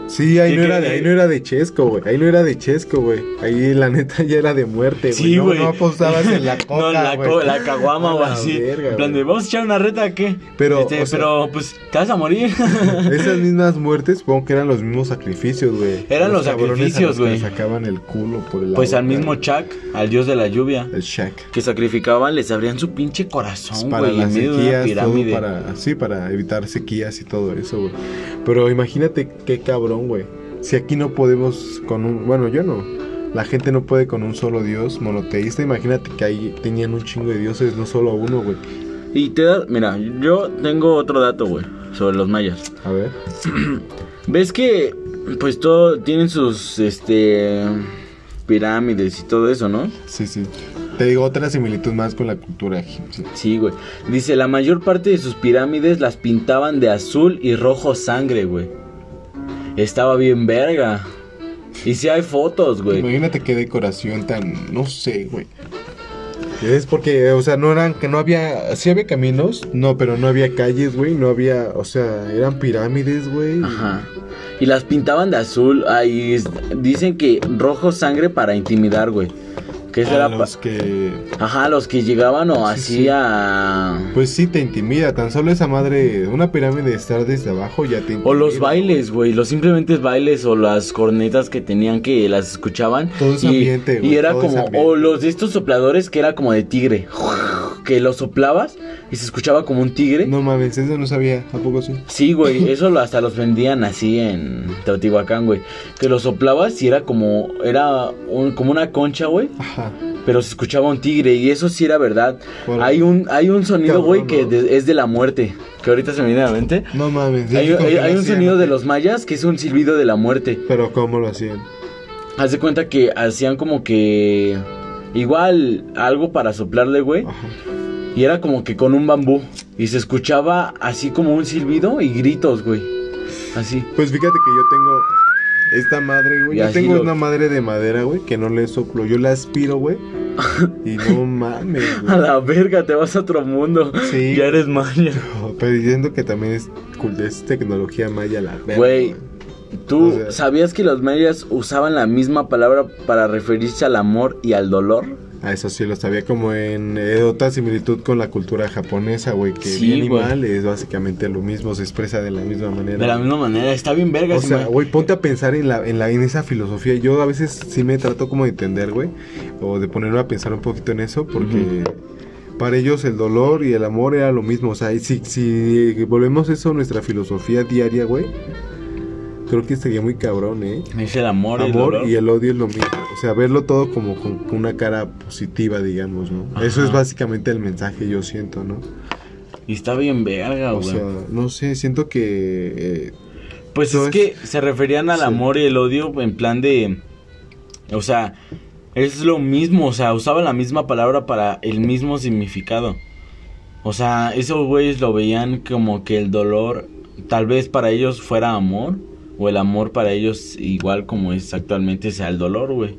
Speaker 2: Sí, ahí
Speaker 1: Y
Speaker 2: no,
Speaker 1: que-
Speaker 2: era, de- ahí no era de chesco, güey. Ahí no era de chesco, güey. Ahí la neta ya era de muerte, güey.
Speaker 1: Sí,
Speaker 2: no,
Speaker 1: güey.
Speaker 2: no apostabas en la coca,
Speaker 1: no, la,
Speaker 2: güey.
Speaker 1: co- la caguama
Speaker 2: A
Speaker 1: o
Speaker 2: la
Speaker 1: así.
Speaker 2: verga,
Speaker 1: en plan de,
Speaker 2: güey.
Speaker 1: vamos a echar una reta, ¿qué?
Speaker 2: Pero,
Speaker 1: Este,
Speaker 2: o sea-
Speaker 1: pero, pues, te vas a morir.
Speaker 2: Esas mismas muertes, supongo que eran los mismos sacrificios, güey.
Speaker 1: Eran los
Speaker 2: cabrones a
Speaker 1: sacrificios,
Speaker 2: los que
Speaker 1: güey.
Speaker 2: le sacaban el culo por el
Speaker 1: pues al mismo Chuck, al dios de la lluvia,
Speaker 2: El Shaq.
Speaker 1: que sacrificaban, les abrían su pinche
Speaker 2: Es
Speaker 1: corazón,
Speaker 2: Pues, Para
Speaker 1: güey, en
Speaker 2: las
Speaker 1: medio de una
Speaker 2: sequías, todo
Speaker 1: pirámide.
Speaker 2: para, sí, para evitar sequías y todo eso, güey. Pero imagínate qué cabrón, güey. Si aquí no podemos con un, bueno, yo no. La gente no puede con un solo dios monoteísta. Imagínate que ahí tenían un chingo de dioses, no solo uno, güey.
Speaker 1: Y te da, mira, yo tengo otro dato, güey, sobre los mayas.
Speaker 2: A ver.
Speaker 1: ¿Ves que pues todo tienen sus este pirámides y todo eso, ¿no?
Speaker 2: Sí, sí. Te digo otra similitud más con la cultura egipcia.
Speaker 1: Sí, güey. Dice, la mayor parte de sus pirámides las pintaban de azul y rojo sangre, güey. Estaba bien verga. Y si hay fotos, güey.
Speaker 2: Imagínate qué decoración tan, no sé, güey. Es porque, o sea, no eran, que no había, sí había caminos, no, pero no había calles, güey, no había, o sea, eran pirámides, güey.
Speaker 1: Ajá. Y las pintaban de azul. Ahí es- dicen que rojo sangre para intimidar, güey. Que
Speaker 2: A
Speaker 1: será
Speaker 2: los que,
Speaker 1: Ajá, los que llegaban o
Speaker 2: Sí,
Speaker 1: así
Speaker 2: sí.
Speaker 1: a...
Speaker 2: pues sí te intimida, tan solo esa madre, una pirámide estar desde abajo ya te intimida.
Speaker 1: O los bailes, güey, los simplemente bailes o las cornetas que tenían que las escuchaban.
Speaker 2: Todo ese
Speaker 1: y,
Speaker 2: ambiente, güey,
Speaker 1: Y era
Speaker 2: todo ese
Speaker 1: como,
Speaker 2: ambiente.
Speaker 1: o los de estos sopladores que era como de tigre, que lo soplabas y se escuchaba como un tigre.
Speaker 2: No mames, eso no sabía, tampoco sí.
Speaker 1: Sí, güey, eso lo- hasta los vendían así en Teotihuacán, güey. Que lo soplabas y era como, era un- como una concha, güey,
Speaker 2: Ajá.
Speaker 1: pero se escuchaba un tigre y eso sí era verdad.
Speaker 2: Órale.
Speaker 1: Hay un, hay un sonido,
Speaker 2: Cabrón,
Speaker 1: güey, que
Speaker 2: ¿no?
Speaker 1: de- es de la muerte, que ahorita se me viene a la mente.
Speaker 2: No mames. ya
Speaker 1: Hay,
Speaker 2: sé cómo
Speaker 1: hay-
Speaker 2: lo
Speaker 1: hay un
Speaker 2: hacían,
Speaker 1: sonido
Speaker 2: ¿no?
Speaker 1: de los mayas que es un silbido de la muerte.
Speaker 2: Pero cómo lo hacían.
Speaker 1: Haz de cuenta que hacían como que. Igual algo para soplarle, güey.
Speaker 2: Ajá.
Speaker 1: Y era como que con un bambú. Y se escuchaba así como un silbido y gritos, güey. Así.
Speaker 2: Pues fíjate que yo tengo esta madre, güey.
Speaker 1: Y
Speaker 2: Yo
Speaker 1: así
Speaker 2: tengo
Speaker 1: lo-
Speaker 2: una madre de madera, güey, que no le soplo. Yo la aspiro, güey. Y no mames,
Speaker 1: A
Speaker 2: güey.
Speaker 1: la verga, te vas a otro mundo.
Speaker 2: Sí.
Speaker 1: Ya eres maya.
Speaker 2: Pero diciendo que también es, cul- es tecnología maya la verga.
Speaker 1: Güey, ¿Tú
Speaker 2: O sea-
Speaker 1: sabías que los mayas usaban la misma palabra para referirse al amor y al dolor?
Speaker 2: Ah, eso sí, lo sabía como en eh, otra similitud con la cultura japonesa, güey. Que
Speaker 1: Sí,
Speaker 2: bien y
Speaker 1: güey.
Speaker 2: mal es básicamente lo mismo, se expresa de la misma manera.
Speaker 1: De la misma manera, está bien verga.
Speaker 2: O
Speaker 1: sí,
Speaker 2: sea,
Speaker 1: ma-
Speaker 2: güey, ponte a pensar en la, en la en esa filosofía. Yo a veces sí me trato como de entender, güey, o de ponerme a pensar un poquito en eso, porque para ellos el dolor y el amor era lo mismo. O sea, y si, si volvemos eso a nuestra filosofía diaria, güey, creo que estaría muy cabrón, ¿eh?
Speaker 1: es el amor, y el
Speaker 2: Amor
Speaker 1: dolor.
Speaker 2: y el odio es lo mismo. O sea, verlo todo como con una cara positiva, digamos, ¿no? Eso es
Speaker 1: Ajá.
Speaker 2: básicamente el mensaje, yo siento, ¿no?
Speaker 1: Y está bien verga,
Speaker 2: O
Speaker 1: Ah, güey.
Speaker 2: sea, no sé, siento que eh,
Speaker 1: Pues
Speaker 2: No
Speaker 1: es,
Speaker 2: es-
Speaker 1: que se referían al
Speaker 2: sí.
Speaker 1: amor y el odio en plan de. O sea, es lo mismo, o sea, usaban la misma palabra para el mismo significado. O sea, esos güeyes lo veían como que el dolor, tal vez para ellos fuera amor, o el amor para ellos igual como es actualmente sea el dolor, güey.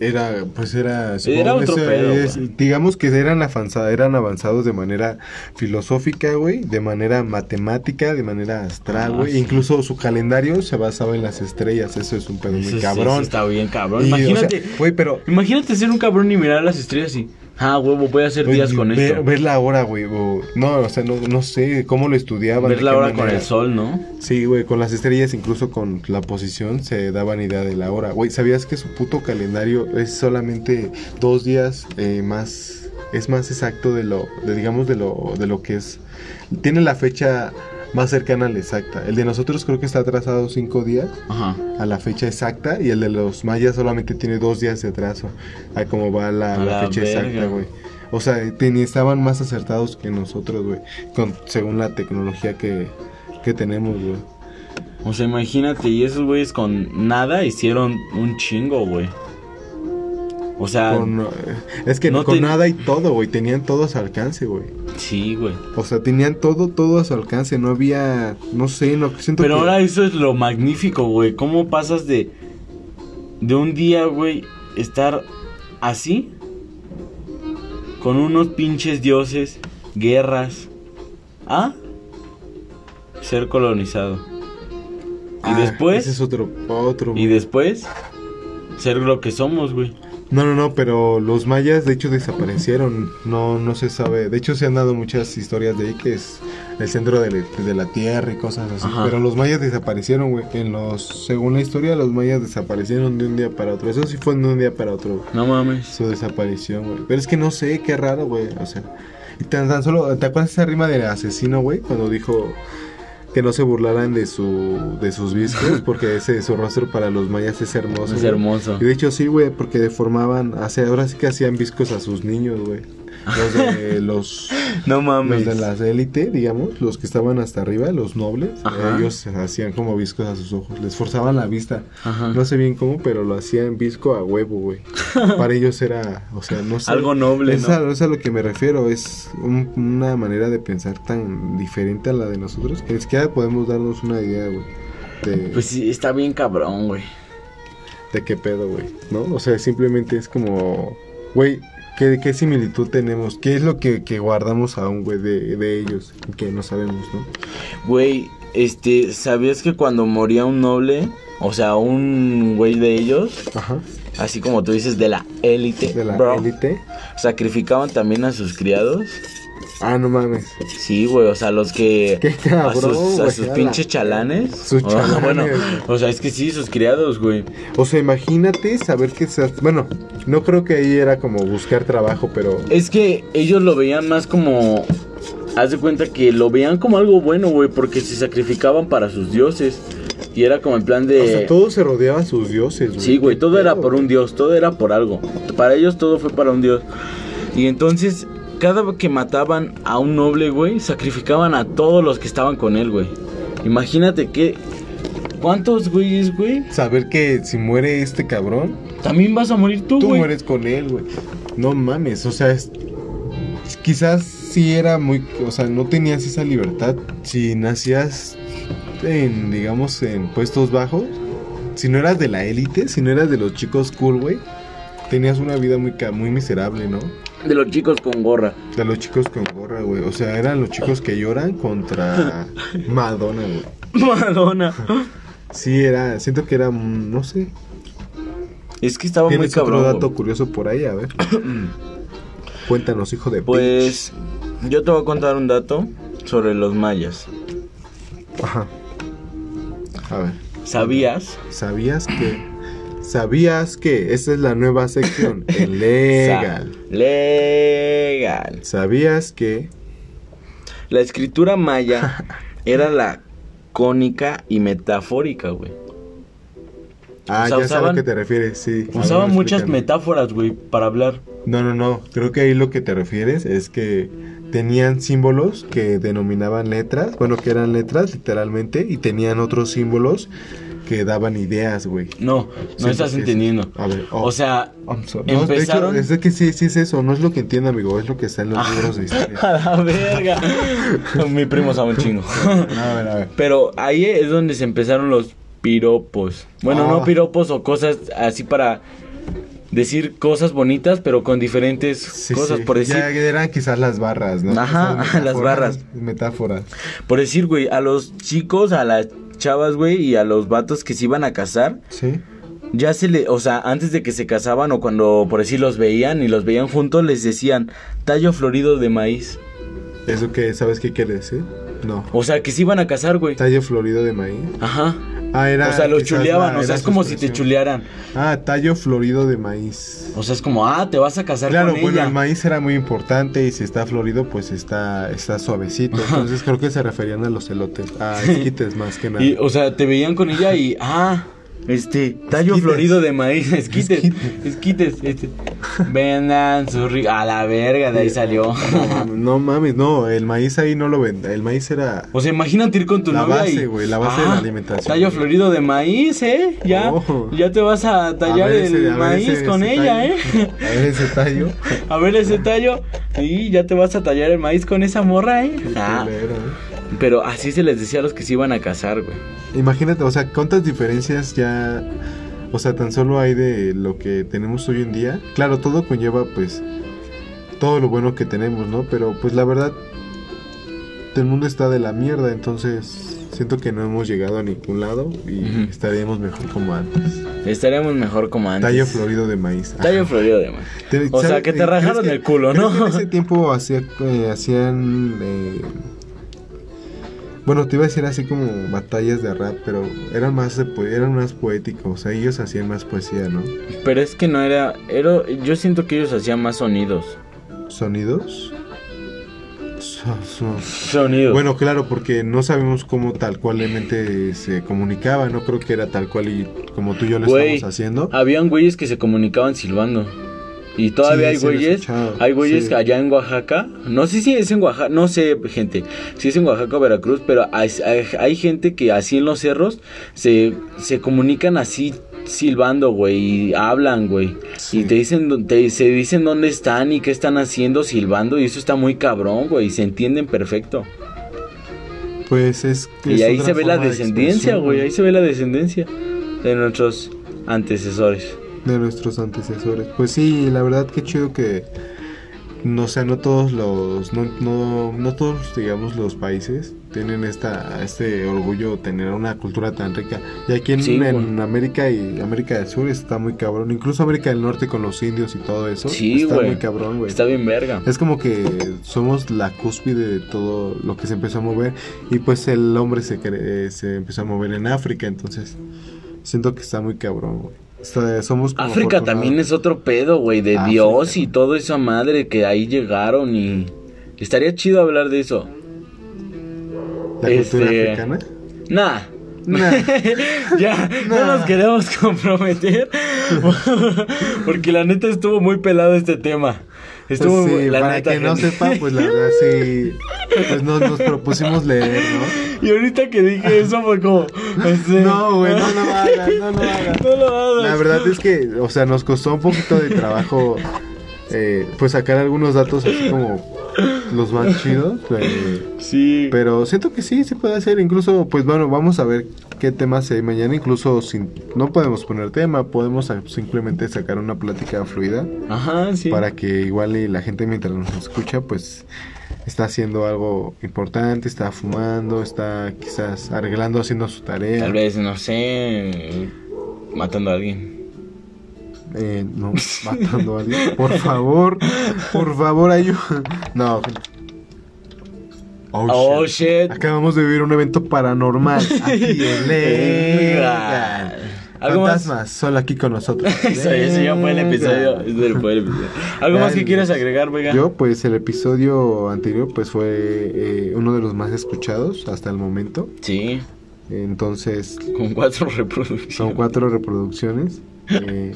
Speaker 3: Era, pues era...
Speaker 1: Era otro
Speaker 3: ese
Speaker 1: pedo,
Speaker 3: es-
Speaker 1: güey.
Speaker 2: Digamos que eran, avanza- eran avanzados de manera filosófica, güey, de manera matemática, de manera astral,
Speaker 1: Ah,
Speaker 2: güey.
Speaker 1: sí.
Speaker 2: Incluso su calendario se basaba en las estrellas, eso es un pedo
Speaker 1: Eso
Speaker 2: muy
Speaker 1: sí,
Speaker 2: cabrón.
Speaker 1: eso está bien cabrón.
Speaker 2: Y, o sea,
Speaker 1: imagínate,
Speaker 2: Güey, pero
Speaker 1: imagínate ser un cabrón y mirar las estrellas y, ah, huevo, voy a hacer
Speaker 2: Oye,
Speaker 1: días con
Speaker 2: ver,
Speaker 1: esto.
Speaker 2: Ver la hora, güey. o- No, o sea, no, no sé cómo lo estudiaban.
Speaker 1: Ver
Speaker 2: de
Speaker 1: la
Speaker 2: qué
Speaker 1: hora con
Speaker 2: manera.
Speaker 1: el sol, ¿no?
Speaker 2: Sí, güey, con las estrellas, incluso con la posición, se daban idea de la hora. Güey, ¿sabías que su puto calendario es solamente dos días eh, más... Es más exacto de lo, de, digamos, de lo, de lo que es... Tiene la fecha más cercana a la exacta. El de nosotros creo que está atrasado cinco días
Speaker 1: Ajá.
Speaker 2: a la fecha exacta y el de los mayas solamente tiene dos días de atraso a cómo va la,
Speaker 1: A
Speaker 2: la
Speaker 1: la
Speaker 2: fecha exacta,
Speaker 1: verga.
Speaker 2: güey. O sea, ten- estaban más acertados que nosotros, güey, con- según la tecnología que, que tenemos, güey.
Speaker 1: O sea, imagínate, y esos güeyes con nada hicieron un chingo, güey. O sea,
Speaker 2: Con, eh, es que
Speaker 1: no
Speaker 2: con
Speaker 1: te-
Speaker 2: nada y todo, güey, tenían todo a su alcance, güey.
Speaker 1: sí, güey.
Speaker 2: O sea, tenían todo, todo a su alcance, no había, no sé, no siento
Speaker 1: Pero
Speaker 2: que...
Speaker 1: ahora eso es lo magnífico, güey. ¿Cómo pasas de de un día, güey, estar así con unos pinches dioses, guerras, a ser colonizado?
Speaker 2: Ah,
Speaker 1: y después
Speaker 2: Ese es otro, otro,
Speaker 1: y
Speaker 2: güey.
Speaker 1: después ser lo que somos, güey.
Speaker 2: No, no, no, pero los mayas de hecho desaparecieron, no no se sabe, de hecho se han dado muchas historias de ahí que es el centro de, la- de la tierra y cosas así,
Speaker 1: Ajá.
Speaker 2: pero los mayas desaparecieron, güey, en los, según la historia, los mayas desaparecieron de un día para otro, eso sí fue de un día para otro, güey,
Speaker 1: No mames.
Speaker 2: su desaparición, güey, pero es que no sé, qué raro, güey, o sea, y tan, tan solo, ¿te acuerdas esa rima del asesino, güey, cuando dijo... Que no se burlaran de su de sus viscos, porque ese su rostro para los mayas es hermoso.
Speaker 1: Es
Speaker 2: güey.
Speaker 1: hermoso.
Speaker 2: Y de hecho sí, güey, porque deformaban, hace, ahora sí que hacían viscos a sus niños, güey. Los de los,
Speaker 1: No
Speaker 2: los
Speaker 1: mames.
Speaker 2: de las élite, digamos, los que estaban hasta arriba, los nobles,
Speaker 1: Ajá.
Speaker 2: ellos hacían como viscos a sus ojos, les forzaban la vista.
Speaker 1: Ajá.
Speaker 2: No sé bien cómo, pero lo hacían visco a huevo, güey. Para ellos era, o sea, no sé.
Speaker 1: Algo noble, ¿no?
Speaker 2: Es a, es a lo que me refiero, es un- una manera de pensar tan diferente a la de nosotros que ni siquiera podemos darnos una idea, güey. de-
Speaker 1: Pues sí, está bien cabrón, güey.
Speaker 2: de qué pedo, güey, ¿no? O sea, simplemente es como, güey, ¿qué, qué similitud tenemos? ¿Qué es lo que, que guardamos aún, güey, de, de ellos? Que no sabemos, ¿no?
Speaker 1: Güey, este, ¿sabías que cuando moría un noble, o sea, un güey de ellos,
Speaker 2: Ajá.
Speaker 1: así como tú dices, de la élite,
Speaker 2: De la
Speaker 1: bro,
Speaker 2: élite.
Speaker 1: sacrificaban también a sus criados?
Speaker 2: Ah, no mames.
Speaker 1: Sí, güey, o sea, los que...
Speaker 2: Qué cabrón,
Speaker 1: a sus, a
Speaker 2: güey,
Speaker 1: sus
Speaker 2: a la-
Speaker 1: pinches chalanes.
Speaker 2: Sus
Speaker 1: O-
Speaker 2: chalanes,
Speaker 1: bueno,
Speaker 2: güey.
Speaker 1: o sea, es que sí, sus criados, güey.
Speaker 2: O sea, imagínate saber que seas... Bueno, no creo que ahí era como buscar trabajo, pero...
Speaker 1: Es que ellos lo veían más como... Haz de cuenta que lo veían como algo bueno, güey, porque se sacrificaban para sus dioses. Y era como en plan de...
Speaker 2: O sea, todo se rodeaba a sus dioses, güey.
Speaker 1: Eh, Sí, güey,
Speaker 2: Qué
Speaker 1: todo era
Speaker 2: pedo,
Speaker 1: por un dios, todo era por algo. Para ellos todo fue para un dios. Y entonces, cada vez que mataban a un noble, güey, sacrificaban a todos los que estaban con él, güey. Imagínate que... ¿Cuántos güeyes, güey?
Speaker 2: Saber que si muere este cabrón,
Speaker 1: También vas a morir tú,
Speaker 2: Tú
Speaker 1: güey.
Speaker 2: mueres con él, güey. No mames, o sea, es- quizás sí era muy, o sea, no tenías esa libertad si nacías en, digamos, en puestos bajos. Si no eras de la élite, si no eras de los chicos cool, güey, tenías una vida muy ca- muy miserable, ¿no?
Speaker 1: De los chicos con gorra.
Speaker 2: De los chicos con gorra, güey. O sea, eran los chicos que lloran contra Madonna, güey.
Speaker 1: Madonna.
Speaker 2: Sí, era, siento que era, mm, no sé.
Speaker 1: Es que estaba muy
Speaker 2: Tienes otro
Speaker 1: cabrón.
Speaker 2: dato
Speaker 1: güey.
Speaker 2: curioso por ahí, a ver. Cuéntanos, hijo de bitch.
Speaker 1: Pues yo te voy a contar un dato sobre los mayas.
Speaker 2: Ajá. A ver,
Speaker 1: ¿Sabías?
Speaker 2: ¿sabías que? ¿Sabías que? Esa es la nueva sección. el legal.
Speaker 1: Sa- Legal.
Speaker 2: ¿Sabías que?
Speaker 1: La escritura maya era la cónica y metafórica, güey.
Speaker 2: Ah,
Speaker 1: O sea,
Speaker 2: ya sé a lo
Speaker 1: usaban-
Speaker 2: que te refieres, sí. A
Speaker 1: Usaban
Speaker 2: ver,
Speaker 1: muchas
Speaker 2: explícanos.
Speaker 1: metáforas, güey, para hablar.
Speaker 2: No, no, no. Creo que ahí lo que te refieres es que tenían símbolos que denominaban letras, bueno, que eran letras literalmente, y tenían otros símbolos que daban ideas, güey.
Speaker 1: No,
Speaker 2: Siento
Speaker 1: no estás
Speaker 2: que es-
Speaker 1: entendiendo.
Speaker 2: A ver, oh,
Speaker 1: O sea,
Speaker 2: I'm sorry. No, de hecho,
Speaker 1: empezaron-
Speaker 2: es de que sí, sí es eso, no es lo que entiendo, amigo, es lo que está en los libros de historia.
Speaker 1: a la verga. Mi primo sabe un chingo.
Speaker 3: A ver, a ver.
Speaker 1: Pero ahí es donde se empezaron los piropos. Bueno,
Speaker 2: Ah.
Speaker 1: no piropos o cosas así para decir cosas bonitas, pero con diferentes
Speaker 2: Sí,
Speaker 1: cosas.
Speaker 2: sí.
Speaker 1: Por decir,
Speaker 3: Ya eran quizás las barras, ¿no?
Speaker 1: Ajá,
Speaker 3: Esas
Speaker 1: ajá, las
Speaker 3: metáforas-
Speaker 1: barras.
Speaker 3: Metáforas.
Speaker 1: por decir, güey, a los chicos, a las chavas, güey, y a los vatos que se iban a casar,
Speaker 2: Sí.
Speaker 1: ya se le, o sea, antes de que se casaban o cuando, por decir, los veían y los veían juntos, les decían tallo florido de maíz.
Speaker 2: Eso que, ¿sabes qué quiere decir? No.
Speaker 1: O sea, que se iban a casar, güey.
Speaker 2: Tallo florido de maíz.
Speaker 1: Ajá.
Speaker 2: Ah, era.
Speaker 1: o sea, los
Speaker 2: quizás
Speaker 1: chuleaban,
Speaker 2: la-
Speaker 1: o sea,
Speaker 2: era
Speaker 1: es
Speaker 2: su
Speaker 1: como si te
Speaker 2: expresión.
Speaker 1: chulearan.
Speaker 2: Ah, tallo florido de maíz.
Speaker 1: O sea, es como, ah, te vas a casar
Speaker 2: Claro,
Speaker 1: con
Speaker 2: bueno,
Speaker 1: ella.
Speaker 2: el maíz era muy importante y si está florido, pues está, está suavecito. Entonces creo que se referían a los elotes, a esquites más que nada.
Speaker 1: Y, o sea, te veían con ella y, ah, este, tallo
Speaker 2: Esquites.
Speaker 1: florido de maíz, esquites, esquites, este. Vendan su ri- a la verga, de ahí salió.
Speaker 2: No mames, No mames, no, el maíz ahí no lo venden. El maíz era.
Speaker 1: O sea, imagínate ir con tu
Speaker 2: La
Speaker 1: novia
Speaker 2: base,
Speaker 1: y- "Ah,
Speaker 2: güey, la base de la alimentación,
Speaker 1: Tallo
Speaker 2: güey.
Speaker 1: florido de maíz, ¿eh? Ya,
Speaker 2: Oh.
Speaker 1: ya te vas a tallar
Speaker 2: ver ese-
Speaker 1: el
Speaker 2: a ver
Speaker 1: maíz
Speaker 2: ese-
Speaker 1: con
Speaker 2: ese
Speaker 1: ella, ¿eh?
Speaker 2: tallo. A ver ese tallo.
Speaker 1: A ver ese tallo y ya te vas a tallar el maíz con esa morra, ¿eh? Ah,
Speaker 2: Culero, ¿eh?
Speaker 1: pero así se les decía a los que se iban a casar, güey.
Speaker 2: Imagínate, o sea, cuántas diferencias ya, o sea, tan solo hay de lo que tenemos hoy en día. Claro, todo conlleva pues todo lo bueno que tenemos, ¿no? Pero pues la verdad, el mundo está de la mierda, entonces siento que no hemos llegado a ningún lado y
Speaker 1: Ujú.
Speaker 2: estaríamos mejor como antes.
Speaker 1: Estaríamos mejor como antes.
Speaker 2: Tallo florido de maíz. Ajá.
Speaker 1: Tallo florido de maíz.
Speaker 2: Te-
Speaker 1: O sea,
Speaker 2: ¿sabes?
Speaker 1: que te
Speaker 2: Eh, ¿crees
Speaker 1: rajaron el culo,
Speaker 2: crees
Speaker 1: ¿no?
Speaker 2: que En ese tiempo hacía- eh, hacían. eh, bueno, te iba a decir así como batallas de rap, pero eran más, de po- eran más poéticos. O sea, ellos hacían más poesía, ¿no?
Speaker 1: Pero es que no era, era. Yo siento que ellos hacían más sonidos.
Speaker 2: Sonidos. So- so-
Speaker 1: Sonidos.
Speaker 2: Bueno, claro, porque no sabemos cómo tal cualmente se comunicaba. No creo que era tal cual y como tú y yo lo
Speaker 1: Güey, Ah,
Speaker 2: estamos haciendo.
Speaker 1: Habían güeyes que se comunicaban silbando. Y todavía
Speaker 2: Sí,
Speaker 1: hay
Speaker 2: sí lo he
Speaker 1: güeyes.
Speaker 2: escuchado,
Speaker 1: Hay güeyes
Speaker 2: sí.
Speaker 1: que allá en Oaxaca. No sé si es en Oaxaca. No sé, gente. Si es en Oaxaca o Veracruz. Pero hay, hay- hay gente que así en los cerros se, se comunican así silbando, güey. Y hablan, güey.
Speaker 2: Sí.
Speaker 1: Y te dicen, dó- te, se dicen dónde están y qué están haciendo silbando. Y eso está muy cabrón, güey. Y se entienden perfecto.
Speaker 2: Pues es que.
Speaker 1: Y
Speaker 2: es
Speaker 1: ahí
Speaker 2: otra
Speaker 1: se ve la
Speaker 2: forma de
Speaker 1: descendencia,
Speaker 2: expresión,
Speaker 1: güey. Ahí se ve la descendencia de nuestros antecesores.
Speaker 2: de nuestros antecesores. Pues sí, la verdad que chido que no o sea, no todos los no, no, no todos digamos los países tienen esta este orgullo de tener una cultura tan rica. Y aquí en,
Speaker 1: Sí, güey.
Speaker 2: en América y América del Sur está muy cabrón, incluso América del Norte con los indios y todo eso
Speaker 1: Sí,
Speaker 2: está
Speaker 1: güey.
Speaker 2: muy cabrón, güey.
Speaker 1: Está bien verga.
Speaker 2: Es como que somos la cúspide de todo lo que se empezó a mover y pues el hombre se, cre- eh, se empezó a mover en África, entonces siento que está muy cabrón, güey. Está- somos como
Speaker 1: África
Speaker 2: afortunados.
Speaker 1: también es otro pedo, güey, de
Speaker 2: África.
Speaker 1: Dios y toda esa madre que ahí llegaron y estaría chido hablar de eso.
Speaker 2: la cultura
Speaker 1: este-
Speaker 2: africana.
Speaker 1: Nah.
Speaker 2: Nah. pues
Speaker 1: ya, no
Speaker 2: Nah.
Speaker 1: nos queremos comprometer porque la neta estuvo muy pelado este tema. Estuvo
Speaker 2: Pues sí,
Speaker 1: muy- la
Speaker 2: para
Speaker 1: neta,
Speaker 2: que no
Speaker 1: gente.
Speaker 2: sepan, pues la verdad sí, pues nos, nos propusimos leer, ¿no?
Speaker 1: Y ahorita que dije eso fue como este,
Speaker 2: No, güey, no lo hagas, no lo hagas.
Speaker 1: No lo hagas.
Speaker 2: La verdad es que, o sea, nos costó un poquito de trabajo, eh, pues sacar algunos datos así como los más chidos. eh,
Speaker 1: Sí.
Speaker 2: Pero siento que sí, se puede hacer. Incluso, pues bueno, vamos a ver qué temas hay mañana. Incluso sin, no podemos poner tema, podemos a- simplemente sacar una plática fluida
Speaker 1: Ajá, sí.
Speaker 2: para que igual y la gente mientras nos escucha, pues está haciendo algo importante, está fumando, está quizás arreglando, haciendo su tarea.
Speaker 1: Tal vez, no sé, matando a alguien.
Speaker 2: Eh, no, matando a alguien. Por favor, por favor, ayuda. No.
Speaker 1: Oh, shit.
Speaker 2: Acabamos de vivir un evento paranormal. Aquí en Legal.
Speaker 1: Ah. ¿Algo más?
Speaker 2: Fantasmas, solo aquí con nosotros.
Speaker 1: Eso, eso ya fue el episodio. eso fue el episodio. ¿Algo más que quieras agregar, Vega?
Speaker 2: Yo, pues el episodio anterior, pues fue eh, uno de los más escuchados hasta el momento.
Speaker 1: Sí,
Speaker 2: Entonces,
Speaker 1: con cuatro reproducciones.
Speaker 2: son cuatro reproducciones. Eh,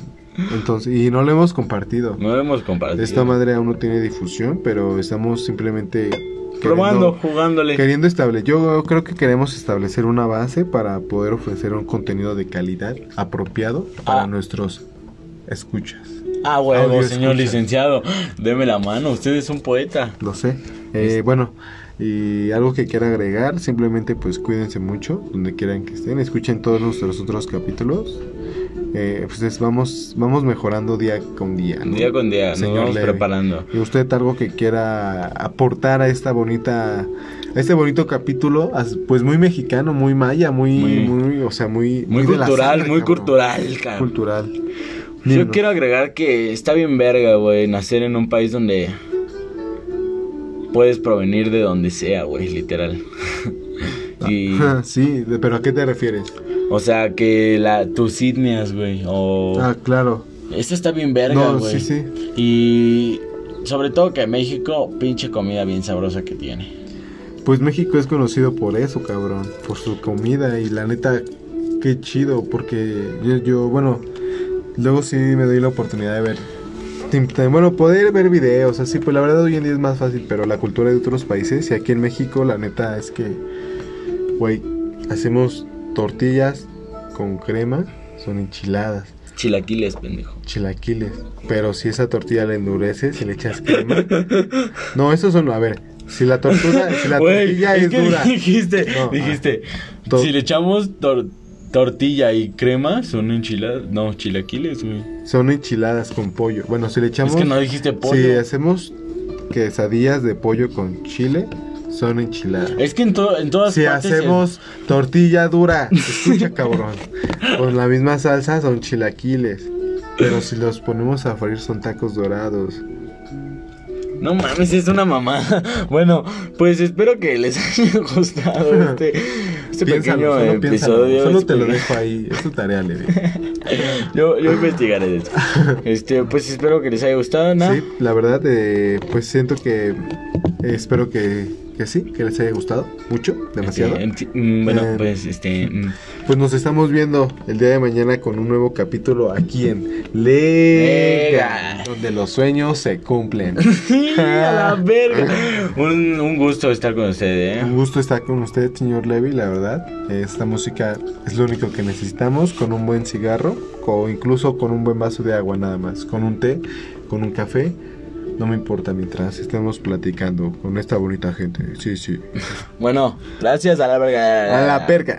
Speaker 2: Entonces, y no lo hemos compartido.
Speaker 1: No lo hemos compartido.
Speaker 2: Esta madre aún no tiene difusión, pero estamos simplemente queriendo-
Speaker 1: Probando, jugándole.
Speaker 2: Queriendo establecer, yo creo que queremos establecer una base para poder ofrecer un contenido de calidad apropiado para
Speaker 1: Ah.
Speaker 2: nuestros escuchas.
Speaker 1: Ah, huevo,
Speaker 2: Audio
Speaker 1: señor
Speaker 2: escucha.
Speaker 1: licenciado. Deme la mano, usted es un poeta.
Speaker 2: Lo sé. Eh, bueno, y algo que quiera agregar, simplemente pues cuídense mucho, donde quieran que estén, escuchen todos nuestros otros capítulos. Eh, pues es- vamos, vamos mejorando día con día. ¿no?
Speaker 1: Día con día,
Speaker 2: Señor
Speaker 1: nos vamos
Speaker 2: Levy.
Speaker 1: preparando.
Speaker 2: Y usted algo que quiera aportar a esta bonita, a este bonito capítulo, as- pues muy mexicano, muy maya, muy,
Speaker 1: Muy-
Speaker 2: muy, o sea, muy,
Speaker 1: Muy
Speaker 2: de la
Speaker 1: cultural,
Speaker 2: sangre,
Speaker 1: muy
Speaker 2: cabrón.
Speaker 1: cultural, cabrón.
Speaker 2: Cultural.
Speaker 1: Yo
Speaker 2: Mírenos.
Speaker 1: quiero agregar que está bien verga, güey, nacer en un país donde puedes provenir de donde sea, güey, literal.
Speaker 2: Ah.
Speaker 1: y,
Speaker 2: sí, de- pero ¿a qué te refieres?
Speaker 1: o sea, que la, tus etnias, güey, o...
Speaker 2: Ah, claro.
Speaker 1: Esto está bien Oh. verga,
Speaker 2: No,
Speaker 1: güey.
Speaker 2: sí, sí.
Speaker 1: Y sobre todo que México, pinche comida bien sabrosa que tiene.
Speaker 2: Pues México es conocido por eso, cabrón, por su comida y la neta, qué chido, porque yo, yo bueno, luego sí me doy la oportunidad de ver, tim- tim- bueno, poder ver videos, así, pues la verdad hoy en día es más fácil, pero la cultura de otros países y aquí en México la neta es que, güey, hacemos tortillas con crema, son enchiladas,
Speaker 1: Chilaquiles, pendejo.
Speaker 2: chilaquiles, pero si esa tortilla la endureces y le echas crema, no, esos son, a ver. Si la tortura, si la
Speaker 1: Güey,
Speaker 2: tortilla es,
Speaker 1: que
Speaker 2: dura.
Speaker 1: Dijiste,
Speaker 2: No, ah.
Speaker 1: dijiste,
Speaker 2: To-
Speaker 1: si le echamos tor- tortilla y crema, son enchiladas. No, chilaquiles, güey.
Speaker 2: Son enchiladas con pollo. Bueno, si le echamos.
Speaker 1: Es que no dijiste pollo.
Speaker 2: Si hacemos quesadillas de pollo con chile, son enchiladas.
Speaker 1: Es que en, to- en todas
Speaker 2: Si
Speaker 1: partes. el-
Speaker 2: hacemos tortilla dura, escucha cabrón, con la misma salsa son chilaquiles. Pero si los ponemos a freír son tacos dorados.
Speaker 1: No mames, es una mamada. Bueno, pues espero que les haya gustado este, este pequeño
Speaker 2: Piénsalo, solo piénsalo.
Speaker 1: episodio.
Speaker 2: Solo te lo
Speaker 1: Espero-
Speaker 2: dejo ahí. Es tu tarea, Levi.
Speaker 1: Yo, yo investigaré de esto. Este, pues espero que les haya gustado, ¿no?
Speaker 2: Sí, la verdad, eh, pues siento que. espero que, que sí, que les haya gustado mucho, demasiado.
Speaker 1: Este, mm, bueno,
Speaker 2: Eh,
Speaker 1: pues este. mm.
Speaker 2: Pues nos estamos viendo el día de mañana con un nuevo capítulo aquí en Lega,
Speaker 1: Lega.
Speaker 2: donde los sueños se cumplen.
Speaker 1: A la verga. Un, un gusto estar con ustedes,
Speaker 2: un
Speaker 1: ¿eh?
Speaker 2: gusto estar con usted, señor Levy, la verdad. Esta música es lo único que necesitamos, con un buen cigarro, o incluso con un buen vaso de agua nada más, con un té, con un café. No me importa mientras estemos platicando con esta bonita gente. Sí, sí.
Speaker 1: Bueno, gracias a la verga.
Speaker 2: A la perca.